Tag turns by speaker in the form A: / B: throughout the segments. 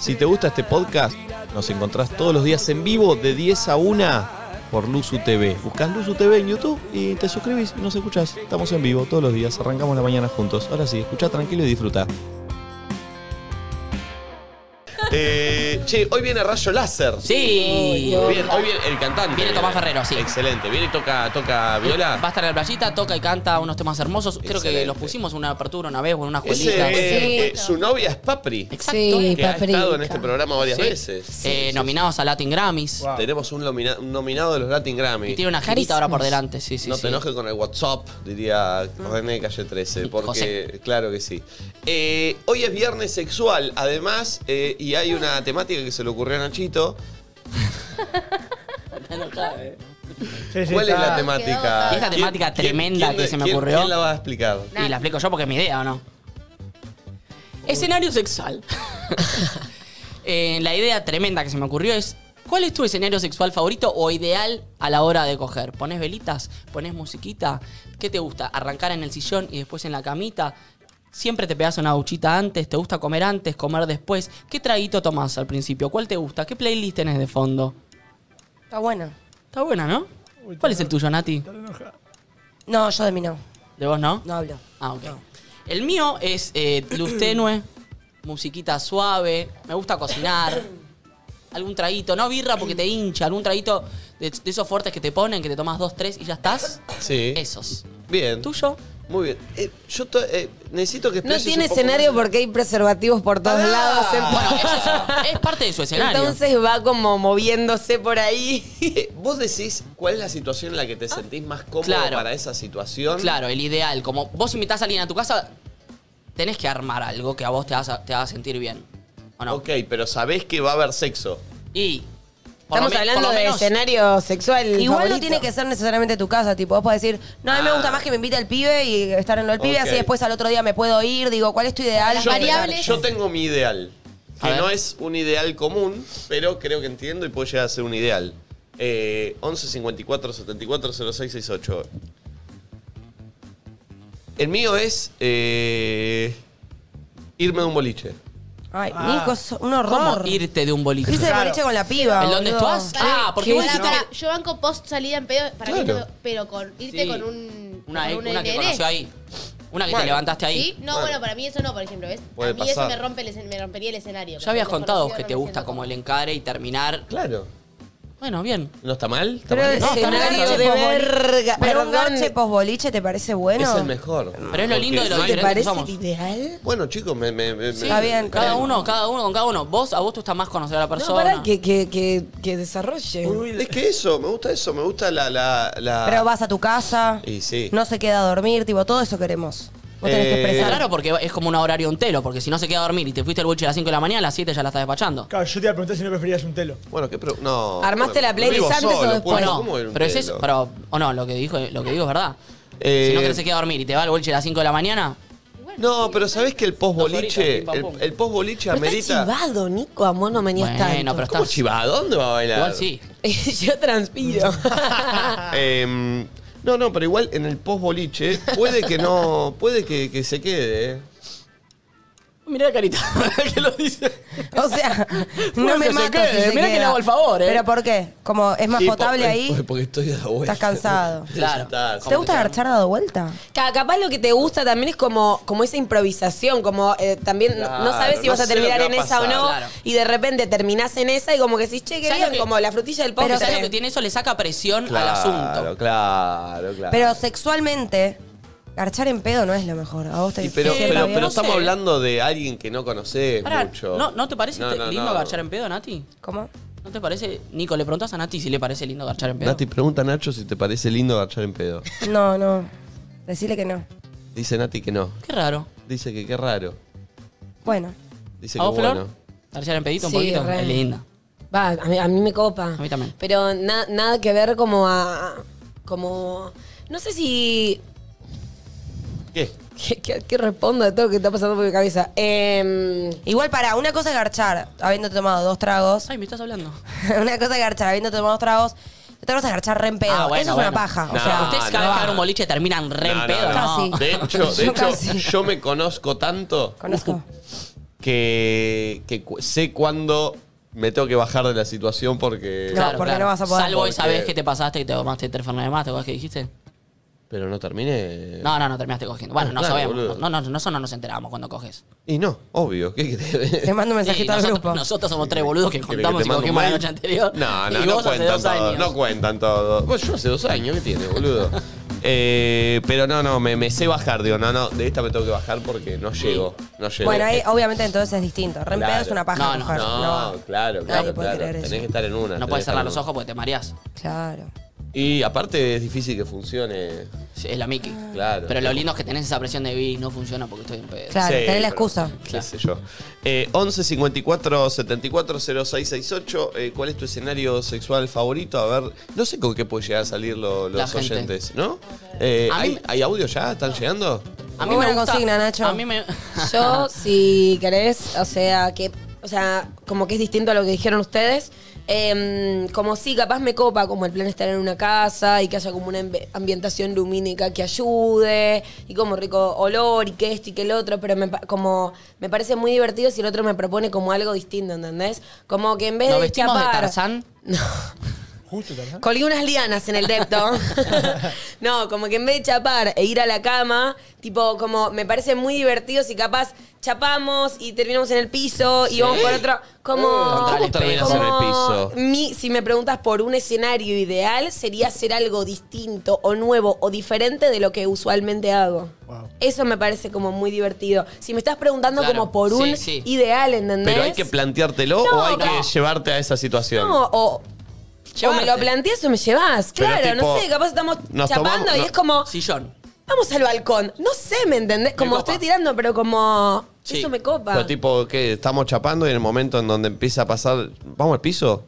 A: Si te gusta este podcast, nos encontrás todos los días en vivo de 10 a 1 por Luzu TV. Buscás Luzu TV en YouTube y te suscribís y nos escuchás. Estamos en vivo todos los días, arrancamos la mañana juntos. Ahora sí, escuchá tranquilo y disfruta. Eh, che, hoy viene Rayo Láser.
B: Sí.
A: Bien, hoy viene el cantante.
B: Viene Tomás Ferrero, sí.
A: Excelente, viene y toca, toca viola.
B: Va a estar en la playita, toca y canta unos temas hermosos. Creo
A: Excelente.
B: que los pusimos en una apertura una vez o en una
A: Ese,
B: escuelita.
A: eh, eh, su novia es Papri, que
B: Exacto.
C: Sí.
A: ha estado en
C: Paprika.
A: este programa varias veces.
B: Eh, nominados a Latin Grammys.
A: Tenemos un, nomina- un nominado de los Latin Grammy.
B: Y tiene una girita
C: Carísimos.
B: ahora por delante, sí, sí.
A: no
B: sí.
A: te enojes con el WhatsApp, diría René Calle 13, porque
B: José.
A: claro que sí. Eh, hoy es viernes sexual, además, eh, y hay una temática que se le ocurrió a Nachito.
D: Sí, sí,
A: ¿Cuál es la
D: está.
A: temática?
B: Es la
A: ¿Quién-
B: ¿eh? temática
A: quién-
B: tremenda
A: quién-
B: que se me
A: quién-
B: ocurrió.
A: ¿Quién la va a explicar?
B: Y la explico yo porque es mi idea, ¿o no? Escenario sexual. Eh, la idea tremenda que se me ocurrió es, ¿cuál es tu escenario sexual favorito o ideal a la hora de coger? ¿Pones velitas? ¿Pones musiquita? ¿Qué te gusta? ¿Arrancar en el sillón y después en la camita? ¿Siempre te pegas una duchita antes? ¿Te gusta comer antes? ¿Comer después? ¿Qué traguito tomás al principio? ¿Cuál te gusta? ¿Qué playlist tenés de fondo?
C: Está bueno.
B: Está buena, ¿no? ¿Cuál es el tuyo, Nati?
C: No, yo de mí no.
B: ¿De vos no?
C: No hablo.
B: Ah, ok.
C: No.
B: El mío es eh, luz tenue, musiquita suave, me gusta cocinar, algún traguito, no birra porque te hincha, algún traguito de, de esos fuertes que te ponen, que te tomas dos, tres y ya estás.
A: Sí.
B: Esos.
A: Bien.
B: ¿Tuyo?
A: Muy bien. Eh, yo to- eh, necesito que
C: No
A: expreses
C: tiene
A: un poco
C: escenario
A: más.
C: porque hay preservativos por todos
A: Ah.
C: lados.
B: Bueno, eso es, es parte de su escenario.
C: Entonces va como moviéndose por ahí.
A: Eh, vos decís cuál es la situación en la que te sentís más cómodo
B: Claro.
A: para esa situación.
B: Claro, el ideal. Como vos invitás a alguien a tu casa, tenés que armar algo que a vos te haga, te haga sentir bien. ¿O no?
A: Ok, pero sabés que va a haber sexo.
B: Y. por lo
C: Estamos
B: me- por
C: hablando
B: lo
C: de
B: menos-
C: escenario sexual.
E: Igual
C: favorito.
E: no tiene que ser necesariamente tu casa, tipo, vos podés decir, no, a mí me
A: Ah.
E: gusta más que me invite el pibe y estar en lo del pibe,
A: Ok.
E: así después al otro día me puedo ir, digo, ¿cuál es tu ideal?
A: Yo-
F: variables.
A: Yo tengo mi ideal,
B: A
A: que
B: ver.
A: no es un ideal común, pero creo que entiendo y puede llegar a ser un ideal. Eh, 11 54 74 06 68. El mío es eh, irme de un boliche.
E: Ay, Nico, es un
B: ¿Cómo
E: horror.
B: irte de un boliche?
E: Irse de
D: Claro.
E: boliche con la piba.
B: ¿En dónde
E: boludo.
B: estás? Ah, porque
F: Pará,
B: vos
F: pará,
B: hiciste-
F: pará. Yo banco post salida en pedo, para mí
A: Claro.
F: no- pero con irte
B: Sí.
F: con un.
B: Una, e-
F: con
B: una, que
F: nene.
B: conoció ahí. Una que
A: Bueno.
B: te levantaste ahí.
F: ¿Sí? No,
A: Bueno.
F: bueno. para mí eso no, por ejemplo, ¿ves?
A: Puede
F: a mí
A: pasar.
F: eso me, rompe el escen- me rompería el escenario.
B: Ya habías
F: Con
B: contado
F: desconocido
B: que
F: no
B: te
F: me
B: gusta
F: siento
B: como el
F: cómodo.
B: encare y terminar.
A: Claro.
B: Bueno, bien.
A: ¿No está mal? ¿Está
C: Pero
A: mal?
C: el
B: No, está mal.
C: escenario de verga.
E: Pero
C: Perdón.
E: un garche posboliche te parece bueno.
A: Es el mejor.
B: Pero es lo lindo de lo
A: Porque-
C: ¿Te
B: diferente que
C: parece
B: somos.
C: ideal?
A: Bueno, chicos, me... me- me-
B: Sí,
A: me-
E: Está bien,
B: Cada
E: está bien.
B: uno, cada uno con cada uno. Vos, a vos te gusta más conocer a la
C: No,
B: persona.
C: para que, que, que, que desarrolle.
A: Es que eso, me gusta eso, me gusta la... la, la-
E: Pero vas a tu casa,
A: Y sí.
E: no se queda a dormir, tipo, todo eso queremos. Vos tenés que
A: Eh,
B: Está
E: expresar.
B: Claro, porque es como un horario entero, porque si no se queda a dormir y te fuiste al boliche a las 5 de la mañana, a las 7 ya la estás despachando.
D: Claro, yo te iba a preguntar si no preferías un telo.
A: Bueno, ¿qué pro- No.
C: ¿Armaste la playlist
A: Vivo
C: antes o
A: solo,
C: después?
A: pues,
B: Bueno,
A: ¿cómo era un
B: pero es eso,
A: telo?
B: pero, o no, lo que dijo, lo que digo es verdad.
A: Eh,
B: si no querés se queda a dormir y te va al boliche a las 5 de la mañana,
A: No, pero ¿sabés que el post-boliche,
B: Dos horitas, pim, pam,
A: el,
B: pum.
A: el post-boliche
C: Pero estás
A: amerita...
C: chivado, Nico, amor, no me niegas
B: bueno, pero
C: tanto.
A: ¿Cómo
B: estás.
A: chivado? ¿Dónde va a bailar?
B: Igual sí.
C: Yo transpiro.
A: Em, no, no, pero igual en el post-boliche puede que no... Puede que, que se quede, ¿eh?
B: Mirá la carita que lo dice.
E: O sea,
B: Bueno,
E: no
B: que
E: me
B: se
E: mato
B: quede,
E: si se
B: mirá que
E: queda.
B: le hago el favor, ¿eh? pues,
E: ¿Pero por qué? Como es más
A: Sí,
E: potable
A: por-
E: ahí,
A: por- Porque estoy de vuelta.
E: estás cansado.
B: Claro.
A: Ya está.
E: ¿Te gusta garchar dado vuelta?
C: Ca- Capaz lo que te gusta también es como, como esa improvisación, como eh, también no- no sabes si
A: Claro,
C: vas a
A: no sé lo
C: terminar
A: que va
C: en
A: a
C: esa o
A: pasar.
C: no,
B: Claro.
C: y de repente terminás en esa y como que decís, che, qué
B: ¿Sabes
C: bien,
B: lo que-
C: como la frutilla del
B: Pero
C: postre.
B: ¿sabes lo que tiene eso? Le saca presión al
A: Claro,
B: asunto.
A: claro, claro.
E: Pero sexualmente, garchar en pedo no es lo mejor. A vos te
A: Y pero,
B: Sí,
E: sienta
A: pero,
E: bien.
A: pero
B: no sé.
A: estamos hablando de alguien que no conoces
B: Pará,
A: mucho.
B: ¿no, ¿No te parece
A: No,
B: te-
A: no,
B: lindo
A: no.
B: garchar en pedo, Nati?
E: ¿Cómo?
B: ¿No te parece? Nico, le preguntas a Nati si le parece lindo garchar en pedo.
A: Nati, pregunta a Nacho si te parece lindo garchar en pedo.
E: No, no. Decirle que no.
A: Dice Nati que no.
B: Qué raro.
A: Dice que qué raro.
E: Bueno.
A: Dice
B: ¿A
A: que
B: vos, Flor?
A: bueno.
B: ¿Garchar en pedito un
C: Sí,
B: poquito?
C: re.
B: Es linda.
C: Va, a mí, a mí me copa.
B: A mí también.
C: Pero na- nada que ver como a. como. No sé si.
A: ¿Qué?
C: ¿Qué, qué- qué respondo de todo lo que está pasando por mi cabeza? Em,
E: Igual para, una cosa es garchar habiendo tomado dos tragos.
B: Ay, me estás hablando.
E: una cosa es garchar habiendo tomado dos tragos. Otra cosa es garchar re en pedo.
B: Ah, bueno,
E: Eso es
B: bueno.
E: una paja.
A: No,
E: o sea,
B: Ustedes cada
A: no.
B: vez que abren un boliche terminan
A: No,
B: re en
A: no,
B: pedo,
A: no.
B: ¿no?
E: Casi.
A: De hecho, de
E: Yo
A: hecho
E: casi.
A: yo me conozco tanto.
E: conozco.
A: que, que cu- sé cuándo me tengo que bajar de la situación porque...
E: No, porque no vas a poder.
B: Salvo y
A: Porque-
B: sabés que te pasaste y te tomaste tres Fernet de más, ¿te acuerdas que dijiste?
A: Pero no terminé.
B: No, no, no terminaste cogiendo. Bueno,
A: Ah,
B: no
A: claro,
B: sabemos.
A: boludo.
B: No, no, nosotros no nos enteramos cuando coges.
A: Y no, obvio. ¿Qué crees?
E: Te mando un
B: Sí,
E: mensajito al
B: nosotros,
E: grupo.
B: nosotros somos tres boludos que
A: ¿Querés que
B: contamos
A: te
B: y
A: mande un
B: cogimos la
A: mail?
B: noche anterior.
A: No,
B: y
A: no, no
B: vos hace
A: cuentan
B: dos
A: todo.
B: años.
A: No cuentan todo. Pues yo hace dos años, ¿qué tiene, boludo? Eh, pero no, no, me, me sé bajar. Digo, no, no, de esta me tengo que bajar porque no llego. No llego.
E: Bueno, ahí obviamente entonces es distinto. Re en
A: Claro.
E: pedo es una paja,
B: eh, No, no,
E: mujer.
A: No, claro, claro,
E: Nadie puede
A: claro.
E: creer eso.
A: Tenés que estar en una.
B: No
A: tenés
B: puedes
A: que estar
B: cerrar
A: en
B: los
A: una.
B: ojos porque te mareás.
E: Claro.
A: Y aparte es difícil que funcione.
B: Sí, Es la Mickey.
A: Claro.
B: Pero lo lindo es que tenés esa presión de vi, no funciona porque estoy en pedo.
E: Claro,
A: Sí,
E: tenés
A: pero-
E: la excusa.
A: Qué sé yo. Eh, 11 54 74 0668. eh, ¿Cuál es tu escenario sexual favorito? A ver, no sé con qué puede llegar a salir lo-
B: La
A: los
B: gente.
A: oyentes, ¿no? Eh,
B: A mí-
A: ¿hay, hay audio ya? ¿Están llegando?
B: A
E: Muy buena consigna, Nacho.
B: A mí me.
C: Yo, si querés, o sea, que. O sea, como que es distinto a lo que dijeron ustedes. em, como sí, capaz me copa, como el plan estar en una casa y que haya como una ambi- ambientación lumínica que ayude, y como rico olor, y que este y que el otro, pero me, pa- como, me parece muy divertido si el otro me propone como algo distinto, ¿entendés? Como que en vez
B: ¿Nos
C: de
B: vestimos de
C: chapar-
B: Tarzán?
D: Justo también.
C: Colgué unas lianas en el depto. no, como que en vez de chapar e ir a la cama, tipo, como me parece muy divertido si capaz chapamos y terminamos en el piso y vamos por otro. Como.
A: Uh, ¿Cómo
B: Dale,
A: terminas en
B: espejo.
A: el piso?
C: Mi- si me preguntas por un escenario ideal, sería hacer algo distinto o nuevo o diferente de lo que usualmente hago.
D: Wow.
C: Eso me parece como muy divertido. Si me estás preguntando
B: Claro,
C: como por
B: sí,
C: un
B: sí.
C: ideal, ¿entendés?
A: ¿Pero hay que planteártelo
C: No,
A: o hay que
C: no.
A: llevarte a esa situación?
C: No, o, o me
B: Llevarte.
C: lo planteas o me llevas.
A: Pero
C: Claro, no
A: tipo,
C: sé, capaz estamos
A: nos
C: chapando
A: tomamos-
C: y
A: no-
C: es como,
B: Sillón.
C: vamos al balcón. No sé, ¿me entendés? Como
B: copa.
C: estoy tirando, pero como,
B: Sí.
C: eso me copa.
A: Pero tipo, que estamos chapando y en el momento en donde empieza a pasar, ¿vamos al piso?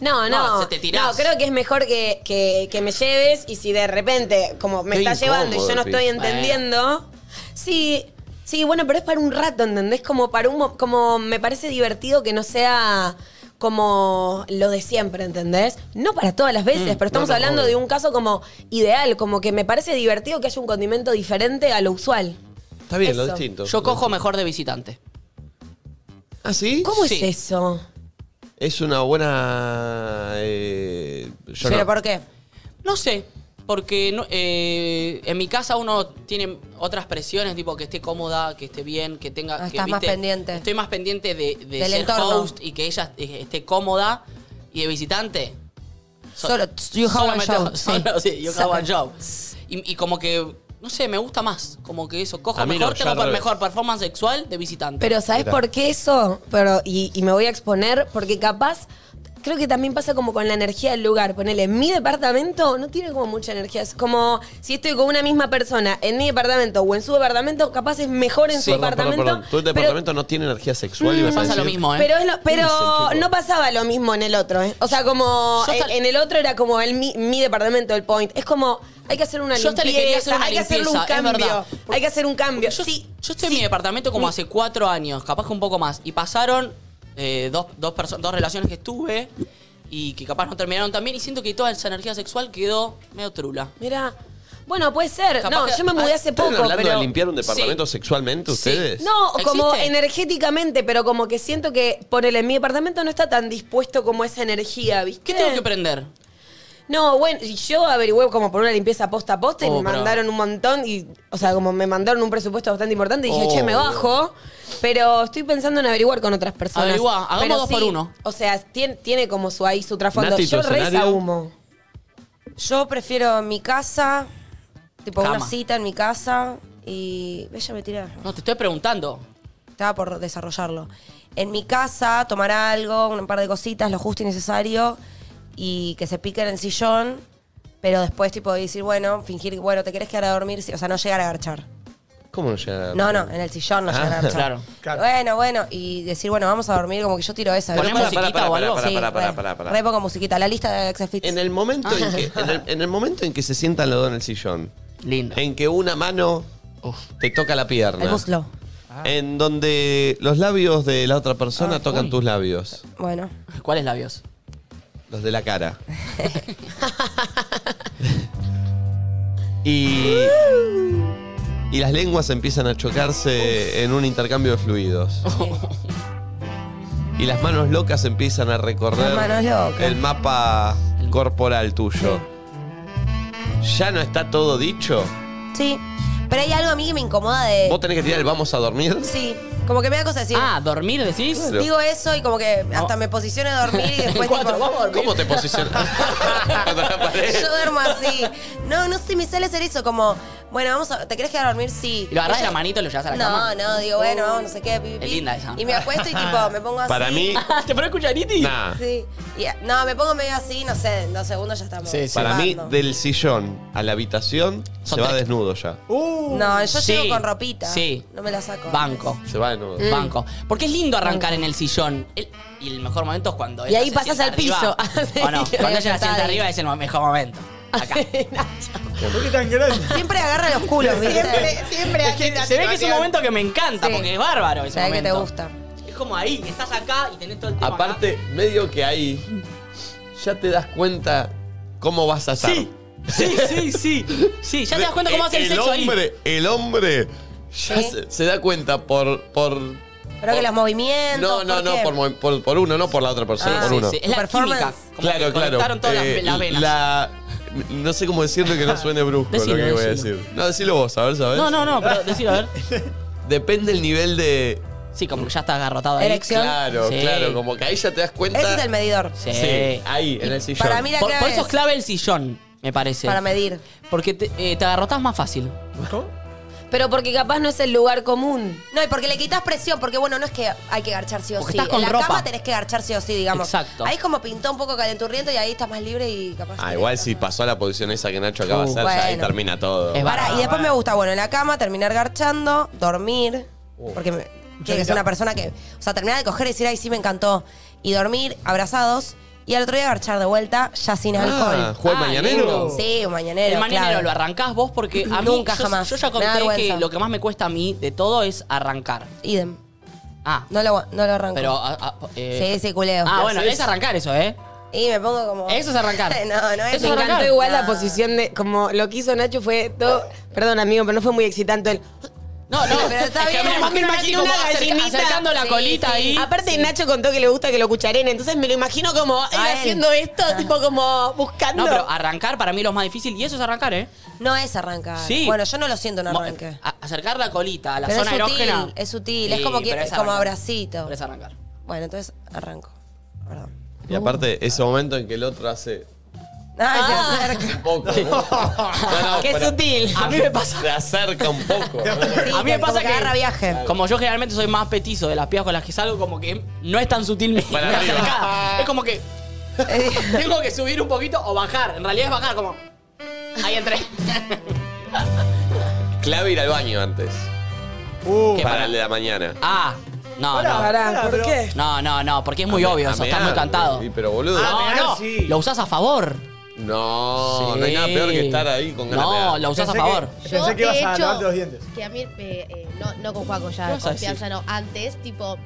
C: No,
B: No,
C: no.
B: se te tirás.
C: No, creo que es mejor que, que- que me lleves y si de repente, como me
A: Qué
C: estás llevando y
A: incómodo,
C: yo no estoy
A: Pi.
C: entendiendo. Sí, sí, bueno, pero es para un rato, ¿entendés? Como para un mo- como me parece divertido que no sea como lo de siempre, ¿entendés? No para todas las veces, pero estamos
A: Mm, no, no,
C: hablando
A: obvio.
C: de un caso como ideal, como que me parece divertido que haya un condimento diferente a lo usual.
A: Está bien, lo
C: Eso.
A: distinto.
B: Yo cojo mejor de visitante.
A: ¿Ah, sí?
C: ¿Cómo
B: Sí.
C: es eso?
A: Es una buena... eh, yo
E: ¿Pero
A: no.
E: por qué?
B: No sé, porque no- eh, en mi casa uno tiene otras presiones, tipo que esté cómoda, que esté bien, que tenga...
E: Ah,
B: que,
E: estás más pendiente.
B: Estoy más pendiente de, de
E: Del
B: ser
E: entorno.
B: host y que ella eh, esté cómoda y de visitante. so-
E: Solo, you have one
B: solamente-
E: job. Sí.
B: solo- sí, you have
E: Saca.
B: one job. Y, y como que, no sé, me gusta más. Como que eso, cojo
A: A mí
B: mejor,
A: no, ya
B: tengo
A: al revés.
B: mejor performance sexual de visitante.
C: Pero ¿sabes
A: Mirá.
C: por qué eso? Pero, y, y me voy a exponer, porque capaz, creo que también pasa como con la energía del lugar. Ponele, mi departamento no tiene como mucha energía. Es como si estoy con una misma persona en mi departamento o en su departamento, capaz es mejor en su
A: Perdón, perdón,
C: departamento.
A: perdón. Tu
C: pero-
A: departamento no tiene energía sexual. y
B: me
A: vas a
B: pasa lo
A: decir-
B: mismo, ¿eh?
C: Pero, es lo- pero
A: dicen, chicos?
C: no pasaba lo mismo en el otro, ¿eh? O sea, como
B: Yo
C: en,
B: hasta-
C: en el otro era como el, mi, mi departamento, el point. Es como, hay que hacer una
B: Yo hasta
C: limpieza,
B: le quería hacer una
C: hay que hacerle un
B: limpieza, es
C: cambio.
B: verdad.
C: Hay que hacer un cambio.
B: Yo,
C: sí,
B: yo estoy en mi departamento como hace cuatro años, capaz que un poco más. Y pasaron eh, dos, dos, perso- dos relaciones que estuve y que capaz no terminaron también. Y siento que toda esa energía sexual quedó medio trula.
C: Mira, bueno, puede ser.
B: Capaz
C: no,
B: que-
C: yo me mudé
B: ah,
C: hace
A: ¿Están
C: poco,
A: hablando
C: pero
A: de limpiar un departamento sexualmente
B: Sí.
A: ustedes?
C: no, como
B: ¿Existe?
C: energéticamente, pero como que siento que ponele, mi departamento no está tan dispuesto como esa energía, ¿viste?
B: ¿Qué tengo que prender?
C: No, bueno, y yo averigüé como por una limpieza posta a posta y
B: Oh,
C: me
B: pero-
C: mandaron un montón y, o sea, como me mandaron un presupuesto bastante importante y dije,
A: Oh,
C: che, me
A: Dios.
C: bajo, pero estoy pensando en averiguar con otras personas.
B: Averiguá, hagamos
C: Pero
B: dos por uno.
C: O sea, tiene, tiene como su ahí su trasfondo.
A: Nati, ¿tu
C: yo reza
A: escenario?
C: humo.
E: Yo prefiero mi casa, tipo
B: Cama.
E: una cita en mi casa y. Bella me tira.
B: No, te estoy preguntando.
E: Estaba por desarrollarlo. En mi casa, tomar algo, un par de cositas, lo justo y necesario, y que se pique en el sillón, pero después, tipo, decir, bueno, fingir que, bueno, te querés quedar a dormir, Sí, o sea, no llegar a garchar.
A: ¿Cómo no llega?
E: No, no, en el sillón no
A: Ah,
E: llegar a garchar.
B: claro,
D: claro.
E: Bueno, bueno, y decir, bueno, vamos a dormir, como que yo tiro esa.
B: Ponemos
E: ¿viste?
B: musiquita o algo.
A: Para,
E: Sí,
A: para, para,
E: re,
A: para, para.
E: re poco musiquita, la lista de Exa
A: En el momento en que, en el, en el momento en que se sientan los dos en el sillón,
B: Lindo.
A: en que una mano te toca la pierna,
E: El muslo.
A: en donde los labios de la otra persona tocan tus labios,
E: Bueno.
B: ¿Cuáles labios?
A: los de la cara. y, y y las lenguas empiezan a chocarse en un intercambio de fluidos. Y las manos locas empiezan a
E: Las manos
A: recorrer
E: locas.
A: el mapa corporal tuyo. ¿Ya no está todo dicho?
E: Sí. Pero hay algo a mí que me incomoda de.
A: ¿Vos tenés que tirar el vamos a dormir?
E: Sí. Como que me da cosa decir.
B: Ah, ¿dormir decís?
A: Claro.
E: Digo eso y como que hasta me posiciono a dormir y después tipo,
A: ¿Cómo te posicionas? Contra la pared.
E: yo duermo así. No, no sé, me sale hacer eso como, bueno, vamos a, ¿te querés quedar a dormir? Sí.
B: Y lo agarrás de
E: Ella-
B: la manito y lo llevas a la
E: No,
B: cama.
E: no, digo, bueno, vamos, no sé qué, pi, pi, pi.
B: Es linda esa.
E: Y me acuesto y tipo, me pongo así.
A: Para mí,
B: ¿Te pones cuchariti?
A: nah.
E: Sí. Y- no, me pongo medio así, no sé, en dos segundos ya estamos.
D: Sí, sí.
A: Para mí,
E: chupando.
A: del sillón a la habitación,
B: Son
A: se va
B: tres.
A: desnudo ya.
D: Uh,
E: No, yo
B: Sí.
E: llego con ropita.
B: Sí.
E: No me la saco.
B: Banco.
A: Se va desnudo.
C: Mm.
B: Banco. Porque es lindo arrancar en el sillón. El- y el mejor momento es cuando
C: Y
B: ella
C: ahí
B: se
C: pasas
B: sienta
C: al
B: arriba.
C: piso.
B: O no,
C: Sí.
B: cuando ella se
C: Está
B: sienta
C: ahí.
B: arriba es el mo- mejor momento. Acá.
D: ¿por qué tan grande?
E: Siempre agarra los culos, ¿viste?
F: siempre
B: Es que se ve que es un momento que me encanta,
E: Sí.
B: porque es bárbaro ese
E: Se ve que te
B: momento.
E: gusta.
B: Es como ahí, estás acá y tenés todo el tiempo acá.
A: Aparte, medio que ahí, ya te das cuenta cómo vas a estar.
B: Sí, sí, sí, sí. Sí, ya te das cuenta cómo hace el, sexo
A: hombre,
B: ahí.
A: El hombre ya
E: Sí.
A: se, se da cuenta por... por
E: Pero que los
A: no,
E: movimientos.
A: no,
E: ¿por
A: no,
E: qué?
A: por, mo- por, por uno, no por la otra persona,
E: Ah,
A: por
B: Sí,
A: uno.
B: sí, Es la
E: Performance.
B: química. Como
A: claro,
B: que
A: claro.
B: conectaron todas las-
A: Eh,
B: las venas.
A: la- no sé cómo decirlo que no suene brusco
B: Decilo,
A: lo que voy a
B: decilo.
A: decir. No, decilo vos, a ver, ¿sabes?
B: No, no, no, pero decir, a ver.
A: Depende el nivel de...
B: Sí, como que ya está agarrotado ahí.
E: Erección.
A: Claro,
B: Sí.
A: claro, como que ahí ya te das cuenta...
E: Ese es el medidor.
B: Sí.
A: Sí, ahí, en el sillón.
E: Para mí la
B: Por,
E: clave
B: por eso es
E: es
B: clave el sillón, me parece.
E: para medir.
B: Porque te, eh, te agarrotás más fácil.
D: ¿Cómo?
C: Pero porque capaz no es el lugar común.
E: No, y porque le quitas presión, porque bueno, no es que hay que garchar sí o
B: Porque
E: sí.
B: estás con
E: en la
B: ropa.
E: cama tenés que garchar sí o sí, digamos.
B: Exacto.
E: Ahí es como pintó un poco calenturriento y ahí estás más libre y capaz.
A: Ah,
E: que-
A: igual si pasó a la posición esa que Nacho acaba de
B: Uh,
A: hacer, ya ahí
E: bueno.
A: termina todo.
B: Es
E: Pará,
B: bárbaro.
E: y después me gusta, bueno, en la cama, terminar garchando, dormir. Porque me- tiene que ser una persona que. O sea, terminar de coger y decir, ay, sí me encantó. Y dormir, abrazados. Y al otro día garchar de vuelta, ya sin
A: Ah,
E: alcohol.
A: ¿Juega el
B: Ah,
A: mañanero?
B: lindo.
E: Sí, un mañanero.
B: El mañanero
E: claro.
B: lo arrancás vos porque a mí
E: Nunca,
B: yo-
E: jamás.
B: Yo ya
E: Me
B: conté
E: da vergüenza.
B: que lo que más me cuesta a mí de todo es arrancar.
E: Idem.
B: Ah,
E: No lo, no lo arranco.
B: pero a- a- eh,
E: sí, sí, culeo.
B: Ah, bueno,
E: Sí,
B: es arrancar eso, ¿eh?
E: Y me pongo como.
B: Eso es arrancar.
E: no, no es.
B: Eso
C: Me
B: es
C: encantó
B: arrancar.
C: igual la
E: No.
C: posición de. Como lo que hizo Nacho fue todo. Perdón, amigo, pero no fue muy excitante el.
B: No, no,
E: pero está
B: es que
E: bien,
B: me-
E: no,
B: me
E: no,
B: imagino
C: no,
B: como
C: una
B: acerca-
C: gallinita.
B: acercando la
E: Sí,
B: colita
E: sí.
B: ahí.
C: Aparte, Nacho contó que le gusta que lo cucharen, entonces me lo imagino como él
E: A él.
C: haciendo esto, tipo como buscando.
B: No, pero arrancar para mí es lo más difícil y eso es arrancar, ¿eh?
E: No es arrancar.
B: Sí.
E: Bueno, yo no lo siento un arranque.
B: A- Acercar la colita a la
E: Pero
B: zona
E: es sutil,
B: erógena.
E: es sutil, es como que-
B: pero
E: como
B: arrancar.
E: abracito.
B: Pero es arrancar.
E: Bueno, entonces arranco. Perdón.
A: Y aparte, ese momento en que el otro hace
E: Ah, se acerca.
A: un poco. ¿no? No, no,
C: Qué
A: pero
C: sutil.
B: A mí me pasa.
A: Se acerca un poco.
E: Sí,
B: a mí me
E: como
B: pasa
E: que
B: que,
E: agarra viaje.
B: Como yo generalmente soy más petizo de las pibas con las que salgo, como que no es tan sutil mi
A: Para
B: mi
A: arriba.
B: acercada. Es como que tengo que subir un poquito o bajar. En realidad es bajar, como. Ahí entré.
A: Clave ir al baño antes.
D: Uh,
B: ¿Qué
A: para
B: para?
A: el de la mañana.
B: Ah, no, no.
C: Pará, ¿por qué?
B: No, no, no, porque es muy
A: A me-
B: obvio
A: a
B: eso, está
A: mear,
B: muy cantado.
A: Sí, pero boludo.
D: Ah,
B: No,
D: mear,
B: no,
D: sí.
B: lo usás a favor.
A: No, no hay
B: Sí.
A: nada peor que estar ahí con ganas de
B: No,
A: mear.
B: lo usás a
D: Pensé
B: favor.
D: que- Pensé que ibas
F: de
D: a
F: hecho,
D: lavarte los dientes.
F: Que a mí, eh, eh, no, no con Juaco
B: ¿Qué
F: ya,
B: vas a decir?
F: confianza no. Antes, tipo,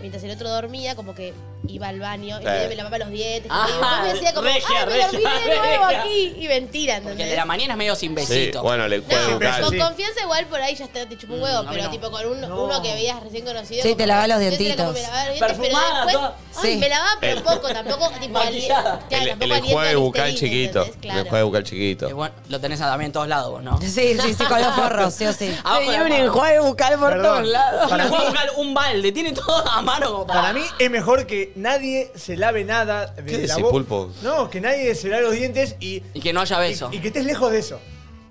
F: mientras el otro dormía, como que iba al baño y
A: Sí.
F: medio me lavaba los dientes.
B: Ah,
F: y después me decía como,
B: regia,
F: ¡ay, me dormí
B: regia,
F: de nuevo
B: regia.
F: aquí! Y mentira,
B: Porque
F: ¿entendés?
B: el de la mañana es medio sin
A: Sí,
B: besito.
A: bueno, le
F: No,
A: cuelgo
D: Empezó
F: con
A: cal.
F: confianza igual por ahí ya te, te chupó un huevo,
B: Mm, a mí
F: pero
B: no.
F: tipo con un-
D: No.
F: uno que veías recién conocido.
E: Sí,
F: como-
E: te lavaba los
F: yo era como
E: dientitos.
F: me lavaba los dientes,
B: Perfumada,
F: pero después,
B: toda.
F: ay,
E: Sí.
F: me lavaba
A: El-
F: pero poco, tampoco tipo
B: Maquillada.
F: aliento- claro,
A: El,
F: tampoco
A: el
F: aliento
A: enjuague
F: al
A: bucal
F: Listerine,
A: chiquito.
F: ¿entendés?
A: El
F: Claro.
A: enjuague bucal
B: Y
A: chiquito.
B: bueno, lo tenés también en todos lados vos, ¿no?
E: Sí, sí, sí, con los forros, sí o sí.
B: Abajo de
C: Tenía
B: la
C: un
B: mano.
C: enjuague bucal por
D: Perdón.
C: todos lados.
B: Un enjuague bucal, un balde, tiene todo a mano como para.
D: Para mí es mejor que nadie se lave nada de
A: ¿Qué
D: la
A: decís,
D: bo-
A: Pulpo?
D: No, que nadie se lave los dientes y,
B: Y que no haya beso.
D: y, y que estés lejos de eso. Es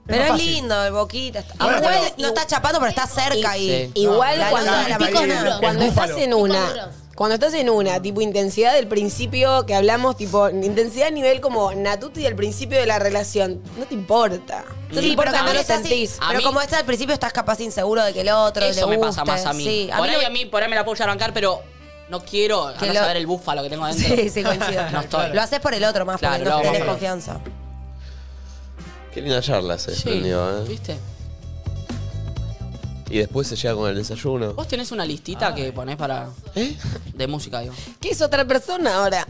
E: Pero
D: más
E: es
D: fácil.
E: lindo, el boquita. está-
D: Bueno,
E: Aparte,
D: bueno.
E: no está chapando, pero está cerca y.
B: Sí.
C: Igual
E: La
C: cuando,
E: luz de la
C: cuando
E: mañana.
C: estás- cuando
D: El
C: estás
D: búfalo.
C: en
F: Tipo
C: una,
F: duros.
C: cuando estás en una, tipo intensidad del principio que hablamos, tipo intensidad a nivel como natuti del principio de la relación, no te importa. No te
E: Sí, pero
C: importa, no
E: cuando
C: lo
E: estás así-
C: sentís.
B: A
E: Pero
B: mí-
E: como estás al principio, estás capaz inseguro de que el otro
B: Eso me
E: le
B: pasa
E: guste.
B: más a mí.
E: Sí,
B: por ahí
E: no-
B: a mí, por ahí me la puedo arrancar, pero no quiero a
E: Que
B: no
E: lo-
B: saber el búfalo que tengo adentro.
E: Sí, sí, coincido.
B: No estoy.
E: Lo haces por el otro más,
B: Claro,
E: porque
B: lo
E: no
B: hago por
E: tenés
B: el otro.
E: confianza.
A: Qué linda charla se
B: Sí,
A: desprendió, ¿eh?
B: ¿Viste?
A: Y después se llega con el desayuno.
B: Vos tenés una listita que ponés para.
A: ¿Eh?
B: De música, digo.
C: ¿Qué es otra persona ahora?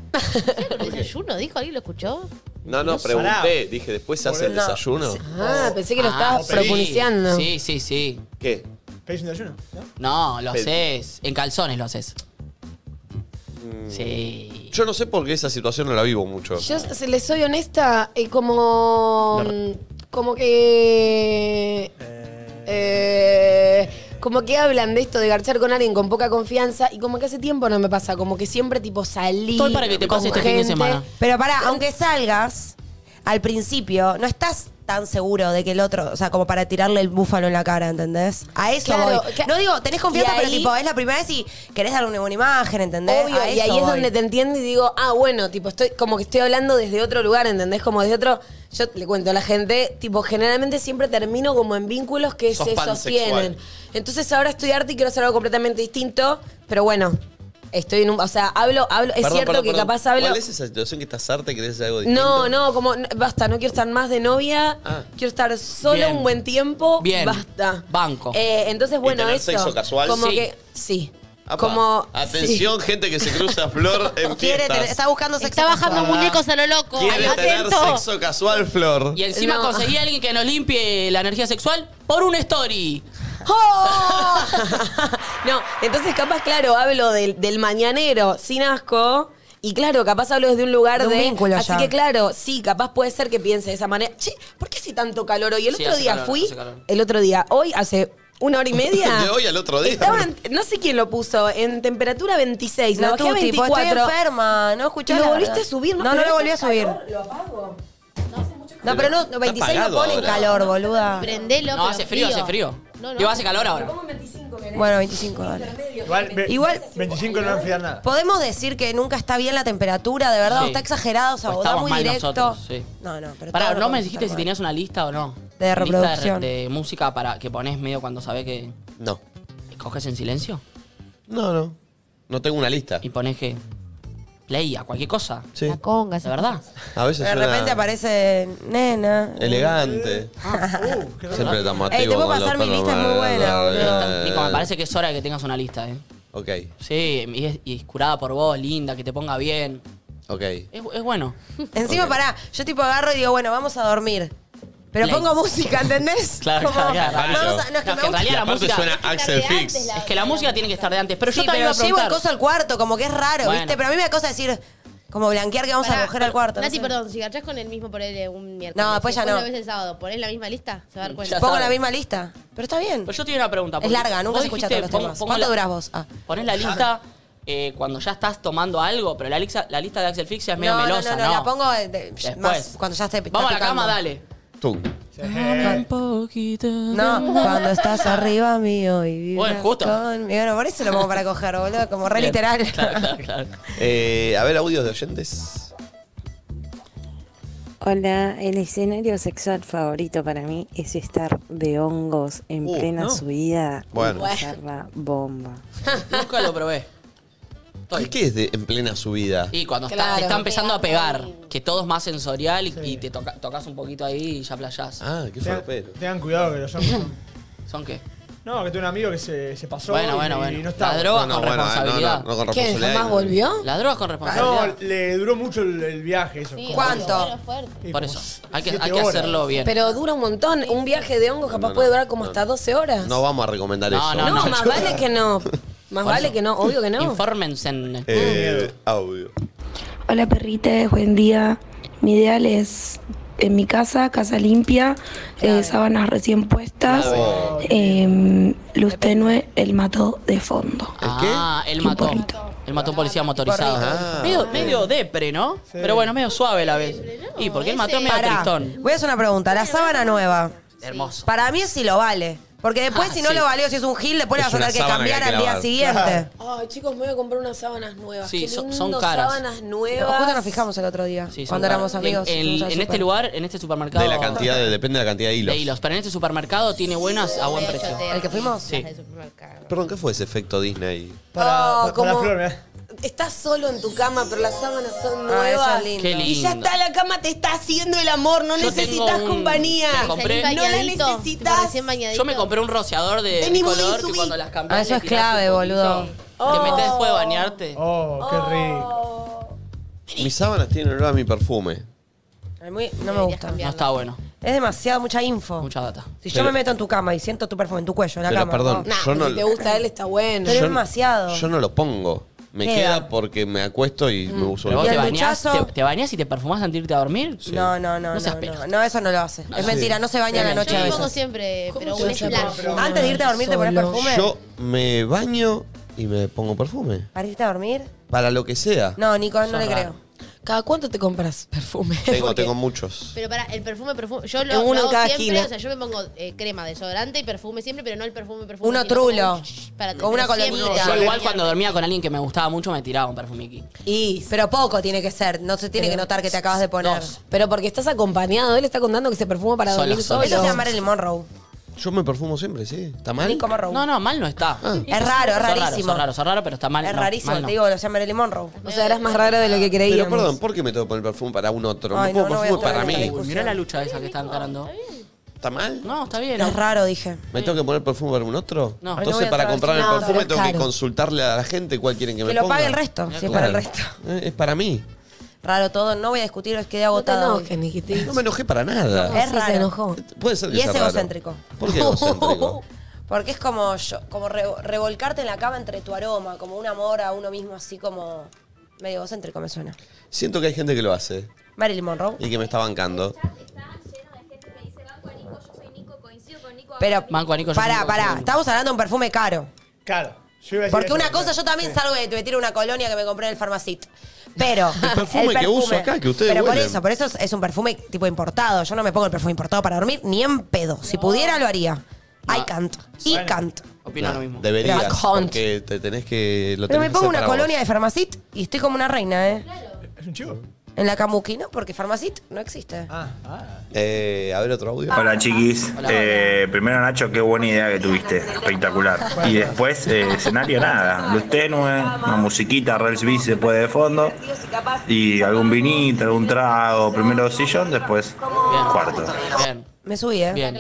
F: ¿Era con el desayuno? ¿Dijo? ¿Alguien lo escuchó?
G: No, no, pregunté.
D: Pará.
G: Dije, ¿después se hace el
D: No.
G: desayuno?
C: Ah, pensé que lo
B: Ah,
C: estabas
B: sí.
C: propulsionando.
B: Sí, sí, sí.
G: ¿Qué?
D: ¿Pedís un desayuno? ¿No?
B: No, lo
G: Pero-
B: haces. En calzones lo haces. Sí.
G: Yo no sé por qué esa situación no la vivo mucho.
C: Yo, si les soy honesta, eh, como. mm, Como que. eh, como que hablan de esto de garchar con alguien con poca confianza y como que hace tiempo no me pasa, como que siempre tipo salí.
B: Estoy para que te pase
C: con
B: este fin de
C: gente.
B: semana.
E: Pero pará, aunque salgas, al principio no estás tan seguro de que el otro, o sea, como para tirarle el búfalo en la cara, ¿entendés? A eso
C: Claro,
E: voy.
C: que-
E: No digo, tenés confianza,
C: y
E: pero
C: ahí-
E: tipo, es la primera vez y querés darle una buena imagen, ¿entendés?
C: Obvio,
E: A
C: y ahí
E: eso
C: es
E: voy.
C: donde te entiendo y digo, ah, bueno, tipo, estoy como que estoy hablando desde otro lugar, ¿entendés? Como desde otro. Yo le cuento a la gente, tipo, generalmente siempre termino como en vínculos que
G: Sos
C: se
G: pansexual.
C: sostienen. Entonces ahora estoy arte y quiero hacer algo completamente distinto, pero bueno, estoy en un. O sea, hablo, hablo. Es
G: Perdón,
C: cierto
G: perdón,
C: que
G: perdón.
C: capaz hablo.
G: ¿Cuál es esa situación que estás harta y querés hacer algo distinto?
C: No, no, como no, basta, no quiero estar más de novia,
G: Ah.
C: quiero estar sola
B: Bien.
C: un buen tiempo,
B: Bien.
C: basta.
B: Banco.
C: Eh, entonces,
G: ¿Y
C: bueno,
G: tener
C: eso.
G: sexo casual?
C: Como
B: Sí.
C: que sí.
G: Apa.
C: Como
G: Atención, gente que se cruza flor en
E: Quiere tener-
G: fiestas.
E: está buscando sexo.
F: Está bajando
E: casual.
F: muñecos a lo loco.
G: Quiere tener
F: Atento.
G: sexo casual, flor.
B: Y encima
C: No.
B: conseguí a alguien que nos limpie la energía sexual por un story.
C: ¡Oh! no, entonces capaz, claro, hablo del, del mañanero sin asco. Y claro, capaz hablo desde un lugar
E: De
C: de.
E: un vínculo
C: así
E: ya.
C: que claro, sí, capaz puede ser que piense de esa manera. Che, ¿por qué hace tanto calor hoy? El
B: Sí,
C: otro
B: hace
C: día
B: calor,
C: fui.
B: hace calor.
C: El otro día, hoy hace una hora y media.
G: De hoy al otro día.
C: Estaba en- no sé quién lo puso, en temperatura 26, lo
E: No,
C: bajé a
E: tú, tipo, estoy
C: 24.
E: enferma, no
C: ¿Y
E: escuchás.
C: lo
E: la-
C: volviste a subir?
E: No, no,
C: Pero
E: lo volví a
C: hace
E: subir.
C: calor, ¿Lo apago?
E: No, pero no, 26 no
G: apagado
E: ponen
G: ahora.
E: calor, boluda.
F: Prendelo,
B: No,
F: pero
B: hace frío, hace frío.
F: No, no.
B: Digo, hace calor ahora.
C: Pongo 25, ¿querés?
E: Bueno, 25, dale.
D: Igual, ve-
E: Igual-
D: 25 no va a enfriar nada.
E: Podemos decir que nunca está bien la temperatura, de verdad,
B: Sí.
E: o está exagerado, o sea,
B: O
E: o da
B: estamos
E: muy
B: mal
E: directo.
B: nosotros, sí.
E: No, no, pero
B: Pará,
E: todo lo
B: ¿no me
E: podemos
B: dijiste
E: estar
B: si
E: mal.
B: tenías una lista o no?
E: De
B: Lista
E: reproducción.
B: de, de música para que pones medio cuando sabes que
G: No.
B: coges en silencio
G: No, no. No tengo una lista.
B: y pones que play a cualquier cosa.
G: Sí.
F: La conga,
B: De verdad.
G: A veces
E: De
G: suena
E: repente aparece nena.
G: elegante.
D: Uh, qué raro.
G: Siempre tan mativo
E: Ey, te puedo
G: con
E: pasar
G: lo
E: mi lista, es muy buena,
A: Eh.
G: paranormal.
B: Nico, me parece que es hora de que tengas una lista, ¿eh?
G: Ok,
B: Sí, y es, y es curada por vos, linda, que te ponga bien.
G: ok.
B: Es, es bueno.
E: Encima,
G: Ok.
E: pará, yo tipo agarro y digo, bueno, vamos a dormir. Pero
B: Play.
E: pongo música, ¿entendés?
B: Claro, claro, claro.
E: vamos a- no, es que
B: No,
E: me
B: que en
E: gusta-
B: realidad
G: Y
B: la
G: aparte
B: música-
G: suena Axel
F: de antes,
G: Fix.
F: la-
B: Es que la música tiene que estar de antes. Pero
E: Sí,
B: yo te iba
E: pero
B: a
E: llevo el
B: preguntar.
E: coso al cuarto, como que es raro,
B: Bueno.
E: ¿viste? Pero a mí me da cosa decir, como blanquear que vamos
F: Pará,
E: a coger al cuarto. no
F: Nati,
E: sé.
F: perdón, si garchás con el mismo por él un miércoles.
E: No, después ya no.
F: lo ves el sábado, ponés la misma lista, se va a dar
B: Ya
F: cuenta.
B: está.
E: Pongo la misma lista. Pero está bien.
B: Pero yo tengo una pregunta.
E: Es
B: porque
E: larga, nunca
B: vos
E: se escucha todos
B: dijiste,
E: los
B: pon-
E: temas.
B: pongo
E: ¿Cuánto
B: la-
E: durás vos? Ah.
B: Ponés la lista eh, cuando ya estás tomando algo, pero la, lixa- la lista de Axel Fix ya es medio
E: no,
B: melosa,
E: no, no, la pongo de- de-
B: Después.
E: más cuando ya esté está
B: Vamos a la
E: picando.
B: cama, dale.
G: Tum.
B: Un poquito.
E: No, cuando estás arriba mío y vibras
B: Bueno, justo.
E: conmigo. Bueno, por eso lo pongo para coger, boludo, como re
B: Bien.
E: literal.
B: Claro, claro, claro.
G: Eh, a ver, audios de oyentes.
H: Hola, el escenario sexual favorito para mí es estar de hongos en
G: Uh,
H: plena
G: ¿no?
H: subida
G: Bueno.
H: y pasar la bomba.
B: Nunca lo probé.
G: ¿Qué,
B: Estoy.
G: qué es de, en plena subida?
B: Y cuando está-
C: Claro.
B: te está empezando a pegar, que todo es más sensorial y, y te toca- tocas un poquito ahí y ya playás.
G: Ah, qué
D: Tengan,
G: falopero.
D: tengan cuidado que los hombres.
B: ¿Son qué?
D: No, que tengo un amigo que se, se pasó
B: Bueno,
D: y,
B: bueno,
D: y
B: bueno.
D: no estaba.
B: La droga- con
G: bueno, ah,
B: responsabilidad.
G: no, no, no con
C: ¿Qué?
G: responsabilidad.
C: ¿Jamás volvió?
B: Las drogas con responsabilidad.
D: No, le duró mucho el, el viaje eso.
F: Sí,
D: como-
E: ¿Cuánto?
F: bueno, fuerte.
D: y
B: Por
D: como
B: eso, hay que,
D: siete
B: hay que
D: horas.
B: hacerlo bien.
C: Pero dura un montón. Un viaje de hongos capaz
G: No, no,
C: puede durar como
G: no.
C: hasta 12 horas.
G: No vamos a recomendar
B: No,
G: eso. Eh,
B: no,
C: No,
B: no.
C: más vale que no. Más vale que no, obvio que no.
B: Infórmense.
G: Eh, audio.
I: Hola perrites, buen día. Mi ideal es en mi casa, casa limpia, eh, sábanas recién puestas,
G: Oh,
I: em, luz tenue, el mato de fondo.
B: ah, él mató. Él mató a un policía motorizado.
G: Ah,
B: medio, medio depre, ¿no? Pero bueno, medio suave la vez. y porque él mató a medio
E: Pará,
B: tristón.
E: Ah, voy a hacer una pregunta. La sábana nueva,
B: Hermoso.
E: para mí es si lo vale. Porque después,
B: Ah,
E: si no
B: sí.
E: lo valió, si es un gil, después
G: Es
E: le vas a
G: una
E: tener que
G: sábana que
E: cambiar
G: hay que
E: al día
G: lavar.
E: siguiente.
C: Ay, chicos, me voy a comprar unas sábanas nuevas.
B: Sí,
C: Qué
B: son-
C: lindo,
B: son caras.
C: sábanas
E: Pero
C: nuevas.
E: Justo nos fijamos el otro día,
B: Sí, son
E: cuando
B: caros.
E: éramos amigos.
B: En, en-
E: fuimos
B: en
E: al
B: este
E: súper.
B: lugar, en este supermercado.
G: De la cantidad de, depende de la cantidad de hilos.
B: de hilos. Pero en este supermercado tiene buenas a buen precio.
E: ¿El que fuimos?
B: Sí.
G: Perdón, ¿qué fue ese efecto Disney?
D: Para,
C: Oh,
D: para
C: como-
D: Flor, mirá.
C: Estás solo en tu cama, pero las sábanas son
E: Ah, eso
C: nuevas.
E: es lindo.
B: Qué
C: Y ya
B: lindo.
C: está, la cama te está haciendo el amor, no
B: Yo
C: necesitas
B: tengo un-
C: compañía.
B: me compré-
C: No la necesitas.
B: Yo me compré un rociador de
C: Vení,
B: color
C: subí,
B: que
C: subí.
B: cuando las cambias.
E: Ah, eso
B: le
E: es
B: tirás un
E: clave,
B: poquito.
E: boludo.
B: Te
C: Oh.
B: metes después de bañarte.
D: Oh, qué rico.
G: Mis sábanas tienen olor a mi perfume.
E: A mí no me
F: Deberías
E: gusta.
F: cambiar.
B: No está bueno.
E: Es demasiado, mucha info.
B: Mucha data.
E: Si yo
G: Pero-
E: me meto en tu cama y siento tu perfume en tu cuello, en la
A: Pero,
E: cama.
A: perdón,
E: ¿no?
C: Nah,
A: Yo no-
C: si te gusta él, está bueno.
E: Pero es demasiado.
A: Yo no lo pongo. Me
E: Queda.
A: queda, porque me acuesto y me uso
B: Mm. Pero vos
E: ¿Y
B: te
E: el
B: bañás, te,
E: duchazo?
B: te bañás y te perfumás antes de irte a dormir.
E: No, no, no,
B: No
E: no,
B: seas
E: no,
B: pelota.
E: no, eso no lo hace. es mentira, no se baña en la noche
F: Yo
E: a
F: me pongo
E: veces.
F: siempre, pero
C: te
F: un
C: hace
F: splash.
D: perfume?
E: Antes de irte a dormir te pones
C: Solo.
E: perfume.
A: Yo me baño y me pongo perfume.
E: ¿Para irte a dormir?
A: Para lo que sea.
E: No, Nico, no
B: Sos
E: le
B: raro.
E: creo.
C: ¿Cada cuánto te compras perfume?
A: Tengo,
C: Porque-
A: tengo muchos.
F: Pero para el perfume, perfume. Yo
C: En
F: lo,
C: uno
F: lo
C: en
F: hago
C: cada
F: siempre,
C: esquina.
F: o sea, yo me pongo eh, crema, desodorante y perfume siempre, pero no el perfume, perfume.
E: Uno
F: sino como
E: trulo.
F: un shh, para-
E: Con una
F: pero siempre
B: Yo
E: colomita.
F: para
B: igual
F: bañarme.
B: cuando dormía con alguien que me gustaba mucho me tiraba un perfumiqui.
C: Y,
E: Pero poco tiene que ser, no se tiene que notar que te acabas de poner.
B: Dos.
C: pero porque estás acompañado, él está contando que se perfuma para
B: Solo,
C: dormir
B: solo.
C: solo.
E: Eso se llama el Monroe.
A: Yo me perfumo siempre, ¿sí? ¿Está mal?
E: Nico Monroe.
B: ¿Eh? No, no, mal no está.
E: Ah. Es raro, es
B: Sos
E: rarísimo.
B: Sos raro, sos raro, pero está mal.
E: es
B: no,
E: rarísimo,
B: mal no.
E: te digo, lo llama el Monroe.
C: O sea, eras más raro de lo que creíamos.
A: Pero perdón, ¿por qué me tengo que poner perfume para un otro?
E: Ay,
A: me
E: no,
A: pongo
E: no voy a
A: perfume
E: entrar
A: para
E: en esta
A: mí.
E: discusión.
B: Uy, mirá la lucha esa que están encarando.
A: ¿Está mal?
B: No, está bien.
E: Es raro, dije.
A: ¿Me tengo que poner perfume para un otro?
B: No. Ay, no
A: Entonces,
E: voy a
A: para
E: entrar.
A: comprar el
B: este
C: No, pero
A: perfume
C: es
A: tengo que
C: caro.
A: consultarle a la gente cuál quieren que,
E: Que
A: me
E: lo
A: ponga.
E: pague el resto, si es para el resto.
A: Eh, Es para mí.
E: Raro todo, no voy a discutir, es quedé
C: No te
E: agotada.
C: enojes, Nikitín.
A: No me enojé para nada.
E: No, Es
C: Sí,
E: raro.
C: se enojó.
A: Puede ser que
E: Y
A: sea
E: es
A: raro.
E: egocéntrico.
A: ¿Por qué egocéntrico?
E: Porque es como yo- como re- revolcarte en la cama entre tu aroma, como un amor a uno mismo, así como medio egocéntrico me suena.
A: Siento que hay gente que lo hace
E: Marilyn Monroe.
A: y que me está bancando.
E: Pero
B: Banco a Nico, yo
E: pará,
B: banco a
E: pará,
B: Nico.
E: estamos hablando de un perfume caro.
D: Claro. yo iba a decir
E: Porque
D: eso,
E: una
D: pero-
E: cosa, yo también salgo y me tiro una colonia que me compré en el farmacit. Pero. El
A: perfume que uso acá, que ustedes
E: Pero por
A: huelen.
E: eso, por eso es, es un perfume tipo importado. Yo no me pongo el perfume importado para dormir ni en pedo. Si pudiera, lo haría.
B: Ah.
E: I can't. I
D: Bueno.
E: can't.
B: Opino lo mismo.
A: Deberías,
E: Black Hunt.
A: porque te tenés que... Lo
E: Pero
A: tenés
E: me
A: que
E: pongo
A: hacer
E: una
A: para
E: colonia de
A: vos.
E: farmacit y estoy como una reina, ¿eh?
D: ¿Es un chivo?
E: En la Camuqui, ¿no? Porque farmacit no existe.
D: Ah, ah.
A: Eh, a ver otro audio.
J: Hola chiquis,
B: Hola.
J: Eh, primero Nacho, qué buena idea que tuviste, espectacular. Y después eh, el escenario nada, luz tenue, una musiquita, Rels B si se puede de fondo, y algún vinito, algún trago, primero sillón, después cuarto.
B: Bien,
E: Me subí, ¿eh?
B: bien.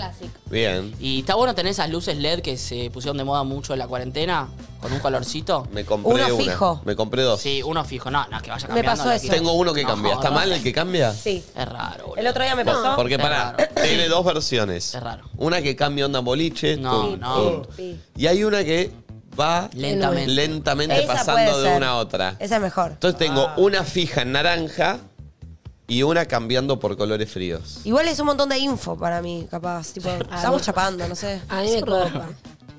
A: Bien.
B: Y está bueno tener esas luces LED que se pusieron de moda mucho en la cuarentena, con un colorcito.
A: Me compré
E: Uno
A: una.
E: fijo.
A: Me compré dos.
B: Sí, uno fijo. No, no, que vaya
E: Me
B: cambiando.
E: pasó
B: lo
E: eso.
A: Tengo uno que
B: No,
A: cambia. ¿Está
B: no,
A: mal el que cambia?
E: Sí.
B: Es raro, boludo.
E: El otro día me
A: Bueno,
E: pasó.
A: Porque
B: Es
A: pará,
B: raro.
A: tiene dos versiones.
B: Es raro.
A: Una que cambia onda boliche.
B: No,
A: tum,
B: no.
A: tum. Y hay una que va
B: Lentamente.
A: lentamente
E: Esa
A: pasando
E: puede
A: de
E: ser.
A: una a otra.
E: Esa es mejor.
A: Entonces tengo
B: Ah.
A: una fija en naranja y una cambiando por colores fríos.
E: Igual es un montón de info para mí, capaz. Tipo, estamos chapando, no sé.
A: Ah,
C: A mí me copa.